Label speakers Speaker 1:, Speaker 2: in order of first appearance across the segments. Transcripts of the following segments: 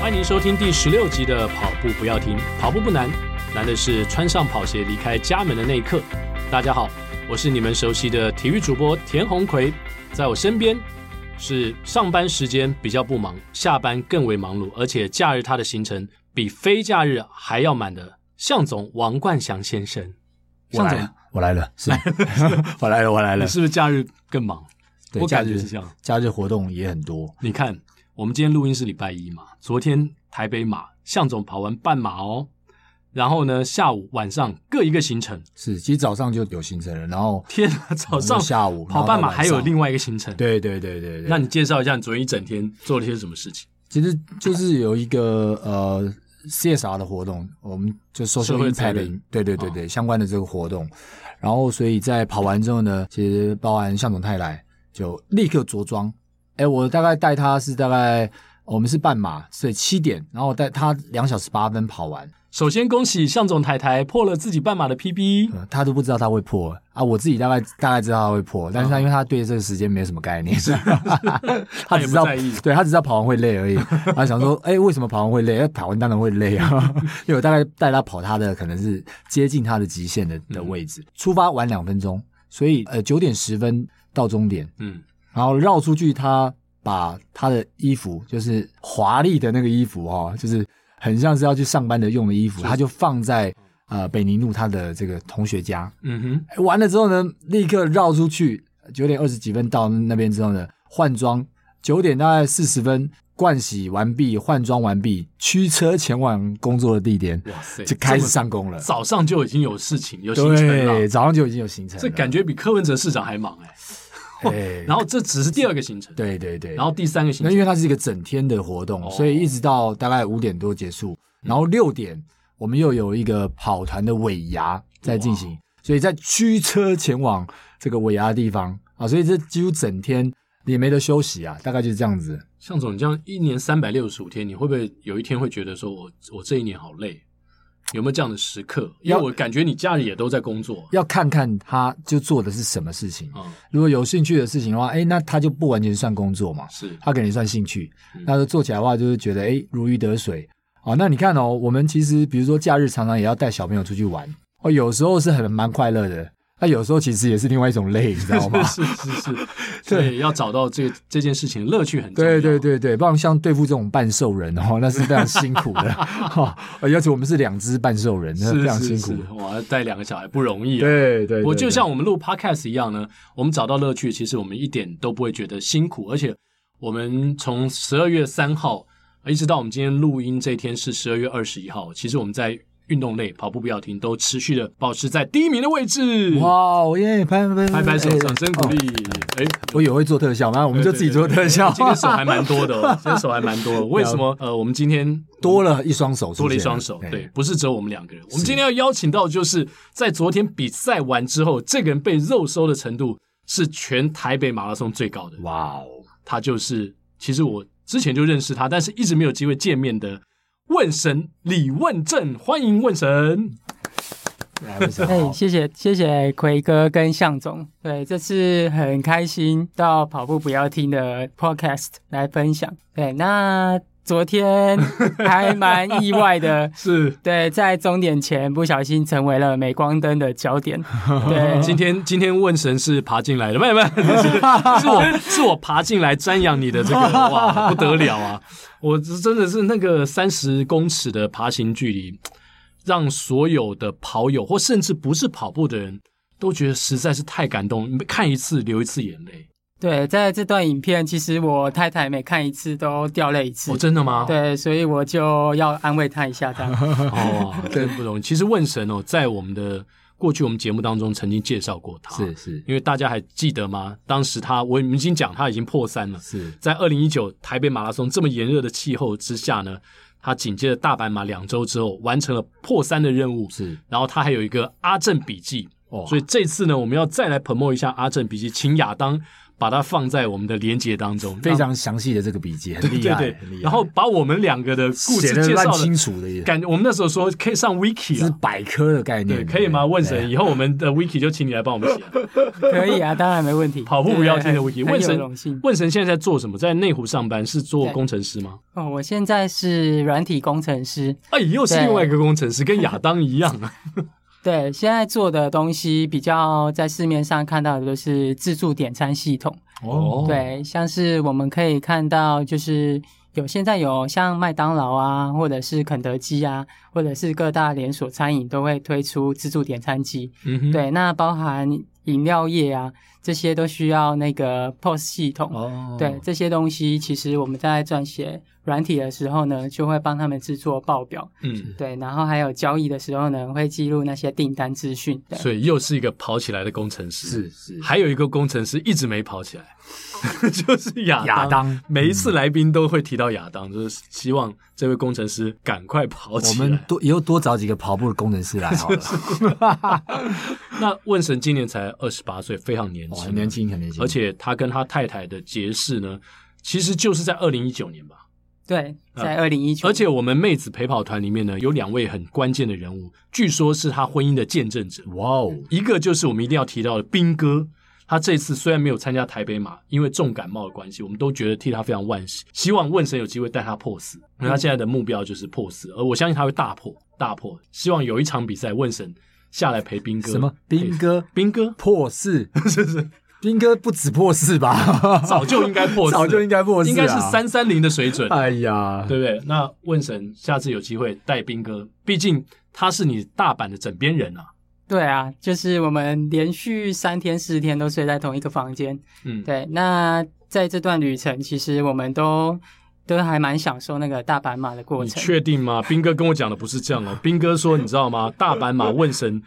Speaker 1: 欢迎收听第十六集的《跑步不要停》，跑步不难，难的是穿上跑鞋离开家门的那一刻。大家好，我是你们熟悉的体育主播田宏奎，在我身边是上班时间比较不忙，下班更为忙碌，而且假日他的行程比非假日还要满的向总王冠祥先生。
Speaker 2: 我
Speaker 1: 向
Speaker 2: 来
Speaker 1: 总，
Speaker 2: 了，我来了，是， 我来了，我来了
Speaker 1: 你。是不是假日更忙？
Speaker 2: 对
Speaker 1: 我
Speaker 2: 假
Speaker 1: 感
Speaker 2: 日
Speaker 1: 觉是这样。
Speaker 2: 假日活动也很多，
Speaker 1: 你看，我们今天录音是礼拜一嘛，昨天台北马向总跑完半马哦，然后呢，下午晚上各一个行程。
Speaker 2: 是，其实早上就有行程了，然后
Speaker 1: 天啊，早上、
Speaker 2: 哦下午
Speaker 1: 跑半马还有另
Speaker 2: 外，
Speaker 1: 外一个行程。，
Speaker 2: 对对对对对。
Speaker 1: 那你介绍一下你昨天一整天做了些什么事情？
Speaker 2: 其实就是有一个呃 CSR 的活动，我们就
Speaker 1: 社
Speaker 2: social
Speaker 1: 会
Speaker 2: impact
Speaker 1: 责
Speaker 2: 的
Speaker 1: 任，哦
Speaker 2: 对对对对、相关的这个活动。然后，所以在跑完之后呢，其实包含向总太来就立刻着装。哎，我大概带他是大概我们是半马，所以七点，然后带他两小时八分跑完，
Speaker 1: 首先恭喜向总太太破了自己半马的 PB，
Speaker 2: 呃他都不知道他会破啊，我自己大概大概知道他会破，但是他因为他对这个时间没有什么概念， 他只知
Speaker 1: 嗯他也不
Speaker 2: 道
Speaker 1: 在意
Speaker 2: 对他只知道跑完会累而已，他想说，哎、为什么跑完会累？哎跑完当然会累啊， 因为我大概带他跑他的可能是接近他的极限的的
Speaker 1: 嗯
Speaker 2: 位置，出发晚两分钟，所以呃九点十分到终点，
Speaker 1: 嗯，
Speaker 2: 然后绕出去，他把他的衣服，就是华丽的那个衣服哦，就是很像是要去上班的用的衣服，他就放在呃北宁路他的这个同学家。
Speaker 1: 嗯哼，
Speaker 2: 哎完了之后呢，立刻绕出去，九点二十几分到那边之后呢，换装，九点大概四十分盥洗完毕，换装完毕，驱车前往工作的地点，
Speaker 1: 哇塞，
Speaker 2: 就开始
Speaker 1: 这么
Speaker 2: 上工了。
Speaker 1: 早上就已经有事情有行程
Speaker 2: 对，
Speaker 1: 了，
Speaker 2: 早上就已经有行程了，
Speaker 1: 这感觉比柯文哲市长还忙哎、
Speaker 2: 哎，
Speaker 1: 然后这只是第二个行程，，
Speaker 2: 对对对，
Speaker 1: 然后第三个行
Speaker 2: 那
Speaker 1: 程
Speaker 2: 因为它是一个整天的活动，
Speaker 1: 哦
Speaker 2: 所以一直到大概五点多结束，然后六点我们又有一个跑团的尾牙在进行，所以在驱车前往这个尾牙的地方啊，所以这几乎整天也没得休息啊，大概就是这样子。
Speaker 1: 向总，你这样一年三百六十五天，你会不会有一天会觉得说我我这一年好累？有没有这样的时刻？因为
Speaker 2: 要
Speaker 1: 我感觉你假日也都在工作
Speaker 2: 要看看他就做的是什么事情，
Speaker 1: 啊、嗯，
Speaker 2: 如果有兴趣的事情的话，哎，那他就不完全算工作嘛，
Speaker 1: 是啊
Speaker 2: 他给你算兴趣
Speaker 1: 嗯，？
Speaker 2: 那就做起来的话，就是觉得哎如鱼得水。哦，那你看哦，我们其实比如说假日常常也要带小朋友出去玩，哦，有时候是很蛮快乐的，那有时候其实也是另外一种累，你知道 吗
Speaker 1: 是是是，所以要找到这个这件事情乐趣很重要。
Speaker 2: 对对，对对，不然像对付这种半兽人哦，那是非常辛苦 的，哈、哦，尤其我们是两只半兽人，那
Speaker 1: 是
Speaker 2: 非常
Speaker 1: 是
Speaker 2: 辛
Speaker 1: 是
Speaker 2: 苦。，
Speaker 1: 哇，带两个小孩不容易、啊。
Speaker 2: 对对对，
Speaker 1: 我就
Speaker 2: 对
Speaker 1: 像我们录 podcast 一样呢，我们找到乐趣，其实我们一点都不会觉得辛苦，而且我们从十二月三号呃一直到我们今天录音这一天是十二月二十一号，其实我们在运动类跑步不要停都持续的保持在第一名的位置。
Speaker 2: 哇，哦耶，拍拍
Speaker 1: 拍拍手，
Speaker 2: 哎
Speaker 1: 掌声鼓励
Speaker 2: 哦。
Speaker 1: 哎、
Speaker 2: 我也会做特效嘛，我
Speaker 1: 我
Speaker 2: 们就自己做特效。
Speaker 1: 今天手还蛮多的、哦，今天手还蛮多的。为什么？呃，我们今天
Speaker 2: 多了一双手出现，
Speaker 1: 多了一双手，
Speaker 2: 哎
Speaker 1: 对，，不是只有我们两个人。我们今天要邀请到，就是在昨天比赛完之后，这个人被肉收的程度是全台北马拉松最高的。
Speaker 2: 哇哦，
Speaker 1: 他就是，其实我之前就认识他，但是一直没有机会见面的问神李问正，欢迎问神。
Speaker 2: 来为什
Speaker 3: 哎、
Speaker 2: 么？
Speaker 3: 谢谢谢谢奎哥跟向总，对，这次很开心到跑步不要听的 podcast 来分享。对，那 昨天还蛮意外的，
Speaker 1: 是，
Speaker 3: 对，在终点前不小心成为了镁光灯的焦点。对，
Speaker 1: 今天今天问神是爬进来的，没有没有， 是是我是我爬进来瞻仰你的这个，哇，不得了啊！我真的是那个三十公尺的爬行距离，让所有的跑友或甚至不是跑步的人都觉得实在是太感动，看一次流一次眼泪。
Speaker 3: 对，在这段影片，其实我太太每看一次都掉泪一次。
Speaker 1: 哦，真的吗？，
Speaker 3: 对，所以我就要安慰她一下，这 样。
Speaker 1: 哦，真不容易。其实问神哦，在我们的过去我们节目当中曾经介绍过他，
Speaker 2: 是是
Speaker 1: 因为大家还记得吗？当时他我们已经讲他已经破三了。
Speaker 2: 是，
Speaker 1: 在二零一九台北马拉松这么炎热的气候之下呢，他紧接着大阪马两周之后完成了破三的任务，
Speaker 2: 是
Speaker 1: 然后他还有一个阿正笔记，
Speaker 2: 哦
Speaker 1: 所以这次呢，我们要再来 promo 一下阿正笔记，请亚当把它放在我们的连接当中，
Speaker 2: 非常详细的这个笔记，很厉
Speaker 1: 对
Speaker 2: 害，
Speaker 1: 对
Speaker 2: 很厉，害
Speaker 1: 然后把我们两个的故
Speaker 2: 写
Speaker 1: 事
Speaker 2: 的
Speaker 1: 介绍
Speaker 2: 乱
Speaker 1: 了
Speaker 2: 清楚的也，
Speaker 1: 感觉我们那时候说可以上
Speaker 2: 这
Speaker 1: wiki
Speaker 2: 是
Speaker 1: 啊，
Speaker 2: 百科的哎概
Speaker 1: 对，
Speaker 2: 念，
Speaker 1: 可以吗？问神，
Speaker 2: 对
Speaker 1: 以后我们的 wiki 就请你来帮我们 写。
Speaker 3: 可以啊，当然没问题。
Speaker 1: 跑步不要听的
Speaker 3: 对
Speaker 1: wiki，
Speaker 3: 很
Speaker 1: 问
Speaker 3: 有
Speaker 1: 神
Speaker 3: 荣幸
Speaker 1: 问神现在在做什么？在内湖上班是做
Speaker 3: 对
Speaker 1: 工程师吗？
Speaker 3: 哦。我现在是软体工程师，
Speaker 1: 哎，又是
Speaker 3: 对
Speaker 1: 另外一个工程师，跟亚当一样啊。
Speaker 3: 对，现在做的东西比较在市面上看到的都是自助点餐系统。
Speaker 1: 哦
Speaker 3: 对，像是我们可以看到，就是有现在有像麦当劳啊，或者是肯德基啊，或者是各大连锁餐饮都会推出自助点餐机。
Speaker 1: 嗯哼，
Speaker 3: 对，那包含饮料业啊，这些都需要那个 POS 系统。
Speaker 2: 哦，
Speaker 3: 对这些东西，其实我们在撰写软体的时候呢，就会帮他们制作报表，
Speaker 1: 嗯，
Speaker 3: 对，然后还有交易的时候呢，会记录那些订单资讯。对，
Speaker 1: 所以又是一个跑起来的工程师。
Speaker 2: 是是哦
Speaker 1: 还有一个工程师一直没跑起来， 就是亚
Speaker 2: 亚当
Speaker 1: 每一次来宾都会提到亚当，就是希望这位工程师赶快跑
Speaker 2: 我
Speaker 1: 起
Speaker 2: 们
Speaker 1: 来。
Speaker 2: 多以后多找几个跑步的工程师来 好了，
Speaker 1: 那问神今年才二十八岁，非常年
Speaker 2: 哇，
Speaker 1: 轻，
Speaker 2: 很年轻，很年轻，
Speaker 1: 而且他跟他太太的结识呢，其实就是在二零一九年吧。
Speaker 3: 对，
Speaker 1: 呃
Speaker 3: 在二零一九，
Speaker 1: 而且我们妹子陪跑团里面呢，有两位很关键的人物，据说是他婚姻的见证者。
Speaker 2: 哇哦，
Speaker 1: 一个就是我们一定要提到的斌哥，他这次虽然没有参加台北马，因为重感冒的关系，我们都觉得替他非常惋惜。希望问神有机会带他破四，
Speaker 2: 嗯
Speaker 1: 那他现在的目标就是破四，而我相信他会大破大破。希望有一场比赛，问神下来陪斌哥。哎
Speaker 2: 什么兵哥
Speaker 1: 斌 哥
Speaker 2: 破四，
Speaker 1: 是是
Speaker 2: 兵哥不止破四吧，
Speaker 1: 早就应该破四，
Speaker 2: 早就应该破四啊
Speaker 1: 应该是三三零的水准。
Speaker 2: 哎呀，
Speaker 1: 对不对？那问神，下次有机会带兵哥，毕竟他是你大阪的枕边人啊。
Speaker 3: 对啊，就是我们连续三天四天都睡在同一个房间。
Speaker 1: 嗯，
Speaker 3: 对，那在这段旅程，其实我们都都还蛮享受那个大阪马的过
Speaker 1: 你
Speaker 3: 程。
Speaker 1: 确定吗？兵哥跟我讲的不是这样哦。兵哥说，你知道吗？大阪马问神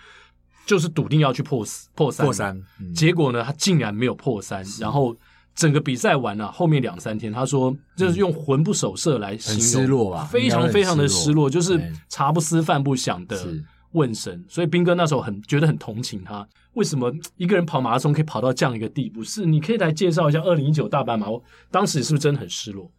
Speaker 1: 就是笃定要去破四破三
Speaker 2: 破三，嗯
Speaker 1: 结果呢，他竟然没有破三，然后。整个比赛完了、后面两三天，他说就是用魂不守舍来形容，
Speaker 2: 嗯很失落吧
Speaker 1: 非常非常的失落，
Speaker 2: 应该
Speaker 1: 就
Speaker 2: 会很失落哎
Speaker 1: 是茶不思饭不想的
Speaker 2: 是
Speaker 1: 问神，所以斌哥那时候很觉得很同情他，为什么一个人跑马拉松可以跑到这样一个地步？是你可以来介绍一下二零一九大阪马，我当时是不是真的很失落？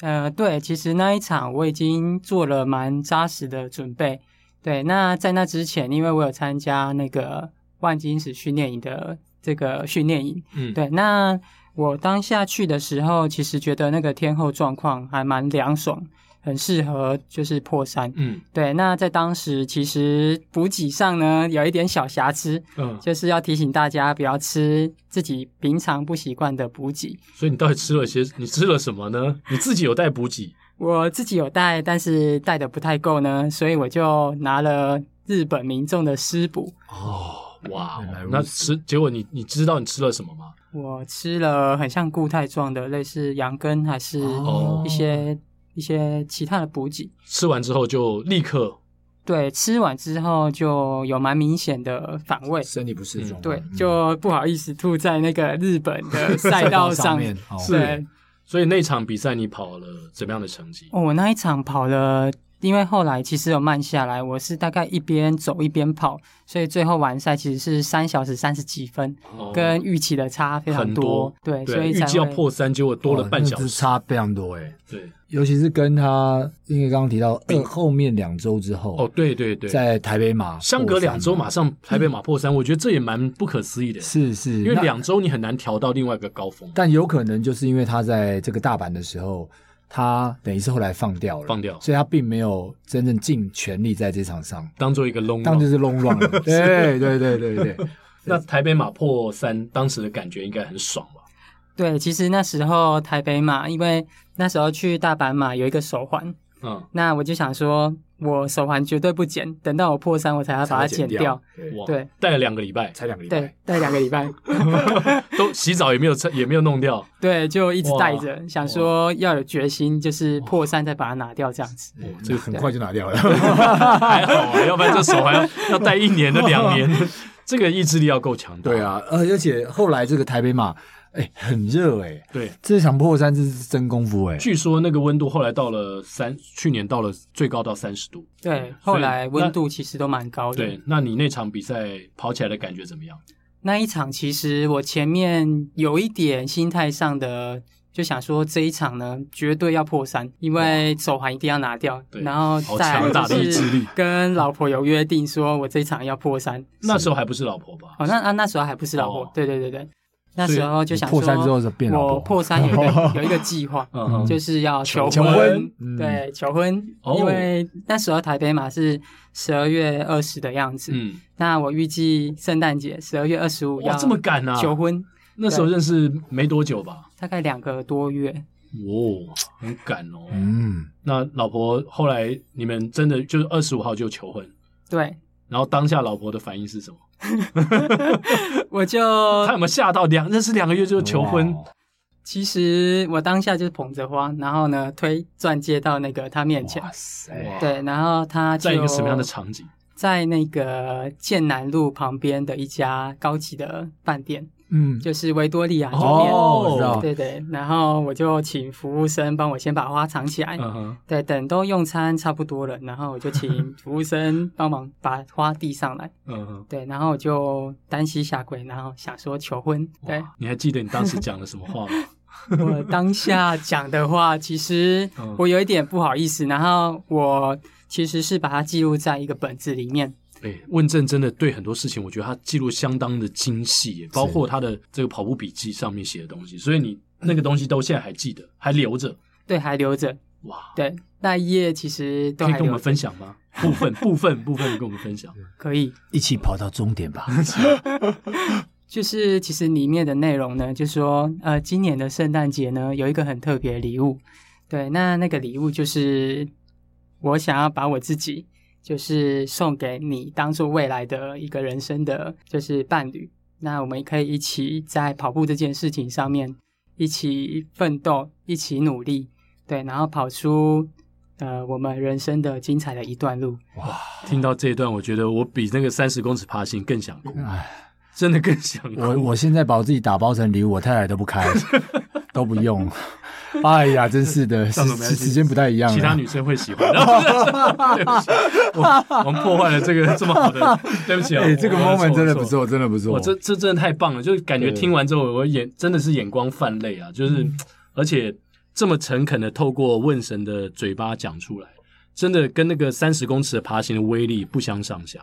Speaker 3: 呃，对，其实那一场我已经做了蛮扎实的准备。对，那在那之前，因为我有参加那个万金石训练营的这个训练营。
Speaker 1: 嗯，，
Speaker 3: 对，那我当下去的时候，其实觉得那个天候状况还蛮凉爽，很适合就是破三。
Speaker 1: 嗯
Speaker 3: 对，那在当时其实补给上呢有一点小瑕疵，
Speaker 1: 嗯，
Speaker 3: 就是要提醒大家不要吃自己平常不习惯的补给。
Speaker 1: 所以你到底吃了些？你吃了什么呢？你自己有带补给？
Speaker 3: 我自己有带，但是带的不太够呢，所以我就拿了日本民众的湿补，
Speaker 1: 哦，哇
Speaker 2: 原来如，此
Speaker 1: 那吃结果你你知道你吃了什么吗？
Speaker 3: 我吃了很像固态状的，类似羊羹还是
Speaker 1: 哦
Speaker 3: 一些、一些其他的补给。
Speaker 1: 吃完之后就立刻
Speaker 3: 对，吃完之后就有蛮明显的反胃，
Speaker 2: 身体不适中，
Speaker 3: 对，
Speaker 2: 嗯
Speaker 3: 就不好意思吐在那个日本的赛道上
Speaker 2: 上面哦
Speaker 3: 对，
Speaker 1: 所以那场比赛你跑了怎么样的成绩？
Speaker 3: 哦，我那一场跑了，因为后来其实有慢下来，我是大概一边走一边跑，所以最后完赛其实是三小时三十几分，
Speaker 1: 哦
Speaker 3: 跟预期的差非常
Speaker 1: 很多，
Speaker 3: 对，所
Speaker 1: 对，
Speaker 3: 以
Speaker 1: 预
Speaker 3: 才
Speaker 1: 计要
Speaker 3: 会
Speaker 1: 破三，结果多了
Speaker 2: 哇
Speaker 1: 半
Speaker 2: 哦那
Speaker 1: 小
Speaker 2: 就
Speaker 1: 时。
Speaker 2: 差非常多哎，
Speaker 1: 对，
Speaker 2: 尤其是跟他，因为刚刚提到二后面两周之后，
Speaker 1: 哦，对对对，
Speaker 2: 在台北马
Speaker 1: 相隔两周马
Speaker 2: 嘛，
Speaker 1: 上台北马破三，我觉得这也蛮不可思议的，
Speaker 2: 是是，
Speaker 1: 因为
Speaker 2: 那
Speaker 1: 两周你很难调到另外一个高峰，
Speaker 2: 但有可能就是因为他在这个大阪的时候，他等于是后来放掉了，
Speaker 1: 放掉
Speaker 2: 所以他并没有真正尽全力在这场上，
Speaker 1: 当做一个 long
Speaker 2: 当
Speaker 1: run
Speaker 2: 就是 long run
Speaker 1: 哦
Speaker 2: 了。 对对对 对对对，
Speaker 1: 那台北马破三，当时的感觉应该很爽吧？
Speaker 3: 对。其实那时候台北马，因为那时候去大阪马有一个手环，
Speaker 1: 嗯，
Speaker 3: 那我就想说，我手环绝对不剪，等到我破三我才要把它剪掉。，
Speaker 1: 哇，
Speaker 3: 对，
Speaker 1: 戴了两个礼拜，
Speaker 2: 才两个礼拜
Speaker 3: 对，，戴两个礼 拜，
Speaker 1: 都洗澡也没有擦也没有弄掉，
Speaker 3: 对，就一直
Speaker 1: 哇
Speaker 3: 戴着，想说要有决心，就是破三再把它拿掉这样子。
Speaker 1: 哦
Speaker 2: 哦，
Speaker 1: 这
Speaker 2: 这
Speaker 1: 个
Speaker 2: 个很快就拿掉了。
Speaker 1: 还好啊，要不然这手还要要戴一年的两年，这个意志力要够强大。
Speaker 2: 啊呃对，啊，而而且后来这个台北马哎、很热哎、
Speaker 1: 对，
Speaker 2: 这场破三这是真功夫哎、
Speaker 1: 据说那个温度后来到了三，去年到了最高到三十度。
Speaker 3: 对，后来温度其实都蛮高的。
Speaker 1: 对，那你那场比赛跑起来的感觉怎么样？
Speaker 3: 那一场其实我前面有一点心态上的，就想说这一场呢绝对要破三，因为手环一定要拿掉。
Speaker 1: 对
Speaker 3: 然后
Speaker 1: 好
Speaker 3: 再
Speaker 1: 强大
Speaker 3: 来
Speaker 1: 的意
Speaker 3: 就
Speaker 1: 志力
Speaker 3: 是跟老婆有约定，说我这一场要破三。
Speaker 1: 那时候还不是老婆吧？
Speaker 3: 哦，那啊那时候还不是老婆，
Speaker 1: 哦
Speaker 3: 对对对对，那
Speaker 1: 所以
Speaker 3: 时候就
Speaker 2: 你
Speaker 3: 想说
Speaker 2: 破三之后是变老婆
Speaker 3: 我破三有一个有一个计 划，
Speaker 1: 嗯哼，
Speaker 3: 就是要求
Speaker 2: 求婚嗯
Speaker 3: 对，求婚，
Speaker 1: 哦
Speaker 3: 因为那时候台北马是十二月二十的样子，
Speaker 1: 嗯，
Speaker 3: 那我预计圣诞节十二月二十五
Speaker 1: 哇，
Speaker 3: 要
Speaker 1: 这么赶啊！
Speaker 3: 求婚，
Speaker 1: 那时候认识没多久吧？
Speaker 3: 大概两个多月，
Speaker 1: 哇，很赶哦。
Speaker 2: 嗯，
Speaker 1: 那老婆后来你们真的就是二十五号就求婚，
Speaker 3: 对，
Speaker 1: 然后当下老婆的反应是什么？
Speaker 3: 我就
Speaker 1: 她有没有吓到两认识两个月就求婚？
Speaker 3: 哦
Speaker 2: 哇
Speaker 3: 其实我当下就是捧着花，然后呢推钻戒到那个他面前，
Speaker 2: 哇塞，
Speaker 3: 对，然后他就
Speaker 1: 在一个什么样的场景？
Speaker 3: 在那个剑南路旁边的一家高级的饭店，
Speaker 2: 嗯，
Speaker 3: 就是维多利亚酒店。
Speaker 2: 哦我知道
Speaker 3: 对对，然后我就请服务生帮我先把花藏起来，
Speaker 1: 嗯哼，
Speaker 3: 对，哦等都用餐差不多了，然后我就 请服务生帮忙把花递上来，
Speaker 1: 嗯哼。
Speaker 3: 对，然后我就单膝下跪，然后想说求婚，对
Speaker 1: 哇，你还记得你当时讲了什么 话吗？
Speaker 3: 我当下讲的话，其实
Speaker 1: 嗯
Speaker 3: 我有一点不好意思，然后我其实是把它记录在一个本子里面，
Speaker 1: 哎，问政真的对很多事情，我觉得他记录相当的精细耶，包括他的这个跑步笔记上面写的东西，所以你那个东西都现在还记得，还留着。
Speaker 3: 对，还留着，
Speaker 1: 哇，
Speaker 3: 对，那一页其实都
Speaker 1: 可以
Speaker 3: 还
Speaker 1: 跟我
Speaker 3: 留
Speaker 1: 们
Speaker 3: 着，
Speaker 1: 分享吗？ 部分、部分、部分跟我们分 享。
Speaker 3: 可以。
Speaker 2: 一起跑到终点 吧。
Speaker 3: 就是其实里面的内容呢，就说呃，今年的圣诞节呢有一个很特别的礼物，对，那那个礼物就是我想要把我自己就是送给你，当做未来的一个人生的就是伴侣。那我们可以一起在跑步这件事情上面一起奋斗，一起努力，对，然后跑出呃我们人生的精彩的一段路。
Speaker 1: 听到这一段，我觉得我比那个三十公尺爬行更想哭，
Speaker 2: 哎，
Speaker 1: 真的更想哭。
Speaker 2: 我我现在把我自己打包成礼物，我太太都不开， 都不用。哎呀，真是 的，时
Speaker 1: 算了没关
Speaker 2: 时
Speaker 1: 系
Speaker 2: 时间不太一样啊了。
Speaker 1: 其他女生会喜欢。 对不起，我我们破坏了这个这么好 的，对不起啊。
Speaker 2: 哎，这个
Speaker 1: 我我
Speaker 2: moment
Speaker 1: 错
Speaker 2: 真的不
Speaker 1: 错
Speaker 2: 错，真的不错。
Speaker 1: 我这这真的太棒了，就是感觉
Speaker 2: 对嗯
Speaker 1: 听完之后，我眼真的是眼光泛泪啊！就是，而且这么诚恳的透过问神的嘴巴讲出来，真的跟那个三十公尺的爬行的威力不相上下，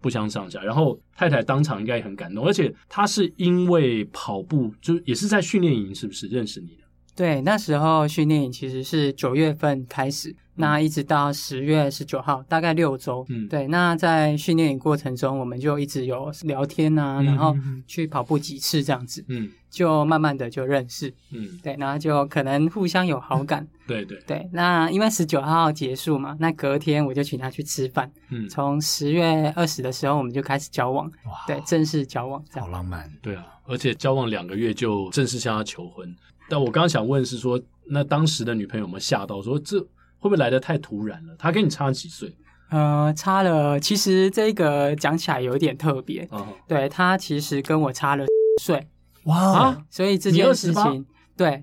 Speaker 1: 不相上下。然后太太当场应该也很感动，而且她是因为跑步，就也是在训练营，是不是认识你的？
Speaker 3: 对，那时候训练营其实是九月份开始，那一直到十月十九号，大概六周。
Speaker 1: 嗯
Speaker 3: 对。那在训练营过程中，我们就一直有聊天啊，
Speaker 1: 嗯
Speaker 3: 然后
Speaker 1: 嗯嗯
Speaker 3: 去跑步几次这样子，
Speaker 1: 嗯
Speaker 3: 就慢慢的就认识。
Speaker 1: 嗯，
Speaker 3: 对，然后就可能互相有 好感。
Speaker 1: 对对，
Speaker 3: 对，那因为十九号结束嘛，那隔天我就请他去吃饭。
Speaker 1: 嗯，
Speaker 3: 从十月二十的时候，我们就开始交往，
Speaker 2: 哇，
Speaker 3: 对，正式交往这
Speaker 2: 好
Speaker 3: 样。
Speaker 2: 浪漫。
Speaker 1: 对啊，而且交往两个月就正式向她求婚。但我刚刚想问是说，那当时的女朋友有没有吓到说这会不会来的太突然了？她跟你差几岁？
Speaker 3: 呃，差了，其实这个讲起来有点特别，
Speaker 1: 啊，
Speaker 3: 对他其实跟我差了岁，
Speaker 2: 哇哦
Speaker 1: 啊，
Speaker 3: 所以这件事
Speaker 1: 你
Speaker 3: 情，对，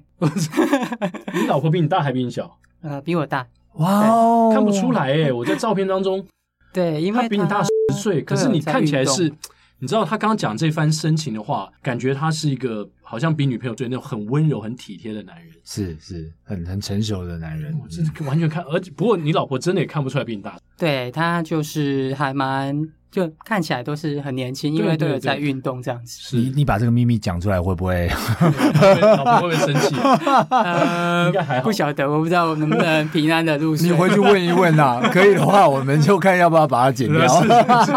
Speaker 1: 你老婆比你大还比你小？
Speaker 3: 呃，比我大，
Speaker 2: 哇哦，
Speaker 1: 看不出来 哎、我在照片当中，
Speaker 3: 对，因
Speaker 1: 她
Speaker 3: 为
Speaker 1: 比你大
Speaker 3: 他
Speaker 1: 十岁，可是你看起来
Speaker 3: 对我在
Speaker 1: 是，你知道她刚刚讲这番深情的话，感觉他是一个好像比女朋友对那种很温柔、很体贴的男人。
Speaker 2: 是是很很成熟的男人。
Speaker 1: 我这完全看，而且不过你老婆真的也看不出来比你大，
Speaker 3: 对他就是还蛮，就看起来都是很年轻，因为
Speaker 1: 对
Speaker 3: 都
Speaker 1: 对
Speaker 3: 有在
Speaker 1: 对
Speaker 3: 运动这样 子。
Speaker 1: 是
Speaker 2: 你你把这个秘密讲出来，会 不会？
Speaker 1: 老婆会不会生气？
Speaker 3: 呃
Speaker 1: 啊应该还好
Speaker 3: 不晓得，我不知道我能不能平 安的入睡。
Speaker 2: 你回去问一问呐、可以的话，我们就看要不要把它 剪掉。
Speaker 1: 啊是是是，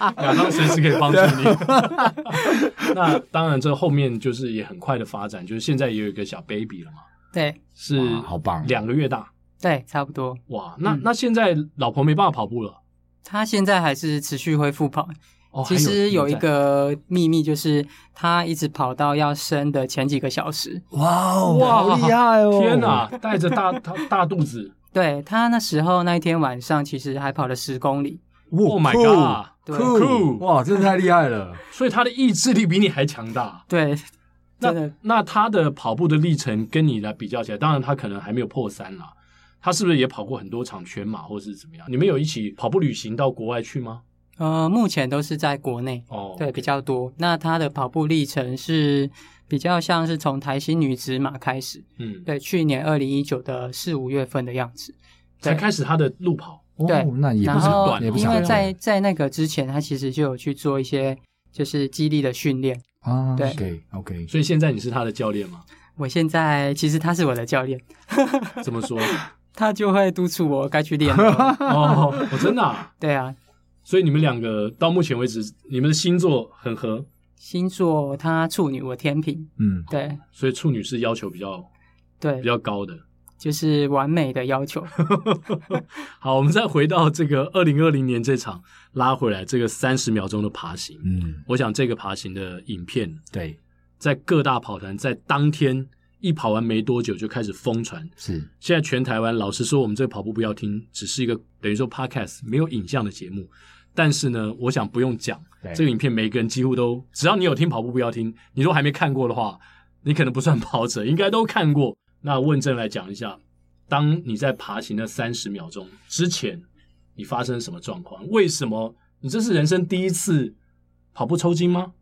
Speaker 1: 亚当随时可以帮助你。 那当然，这后面就是也很快的发展，就是现在也有一个小 baby 了嘛，
Speaker 3: 对
Speaker 1: 是
Speaker 2: 哇好棒
Speaker 1: 两个月大
Speaker 3: 对，差不多。
Speaker 1: 哇。那
Speaker 3: 嗯
Speaker 1: 那现在老婆没办法跑步了，
Speaker 3: 他现在还是持续恢复跑，
Speaker 1: 哦，
Speaker 3: 其实有一
Speaker 1: 还
Speaker 3: 个秘密就是他一直跑到要生的前几个小时，
Speaker 2: 哇哦，
Speaker 1: 哇
Speaker 2: 好厉害哦！
Speaker 1: 天哪，带着大大大肚子
Speaker 3: 对他那时候那一天晚上其实还跑了十公里。
Speaker 2: 哇
Speaker 1: ，Oh my
Speaker 2: 酷
Speaker 1: god！
Speaker 3: 对
Speaker 2: 酷
Speaker 1: 酷
Speaker 2: 哇，真的太厉害了！
Speaker 1: 所以她的意志力比你还强大，
Speaker 3: 对，
Speaker 1: 那
Speaker 3: 真的
Speaker 1: 那他的跑步的历程跟你来比较起来，当然他可能还没有破三啦。他是不是也跑过很多场全马或是怎么样？你们有一起跑步旅行到国外去吗？
Speaker 3: 呃，目前都是在国内，
Speaker 1: 哦，
Speaker 3: 对，比较多。那他的跑步历程是比较像是从台新女子马开始，
Speaker 1: 嗯，
Speaker 3: 对，去年二零一九的四五月份的样子。
Speaker 1: 才
Speaker 3: 对
Speaker 1: 开始他的路跑，
Speaker 3: 对
Speaker 2: 哦，那也
Speaker 3: 然
Speaker 2: 不少，
Speaker 3: 后
Speaker 1: 短
Speaker 2: 也不
Speaker 3: 因
Speaker 2: 少
Speaker 3: 为。在在那个之前，他其实就有去做一些就是激励的训练。
Speaker 2: 啊
Speaker 3: 对
Speaker 2: ，OK OK，
Speaker 1: 所以现在你是他的教练吗？
Speaker 3: 我现在其实他是我的教练，
Speaker 1: 怎么说？
Speaker 3: 他就会督促我该去练 了。
Speaker 1: 哦，我真的、啊，
Speaker 3: 对啊，
Speaker 1: 所以你们两个到目前为止，你们的星座很合，
Speaker 3: 星座他处女，我天平，
Speaker 2: 嗯，
Speaker 3: 对
Speaker 1: 所以处女是要求比较
Speaker 3: 对
Speaker 1: 比，较高的。
Speaker 3: 就是完美的要求。
Speaker 1: 好，我们再回到这个二零二零年这场拉回来这个三十秒钟的爬行，
Speaker 2: 嗯，
Speaker 1: 我想这个爬行的影片
Speaker 2: 对，
Speaker 1: 在各大跑团在当天一跑完没多久就开始疯传。
Speaker 2: 是，
Speaker 1: 现在全台湾，老实说，我们这个跑步不要听，只是一个等于说 podcast 没有影像的节目。但是呢，我想不用讲，
Speaker 2: 对
Speaker 1: 这个影片每个人几乎都，只要你有听跑步不要听，你都还没看过的话，你可能不算 跑者，应该都看过。那问政来讲一下，当你在爬行的三十秒钟之前，你发生什么状况？为什么你这是人生第一次跑步抽筋吗？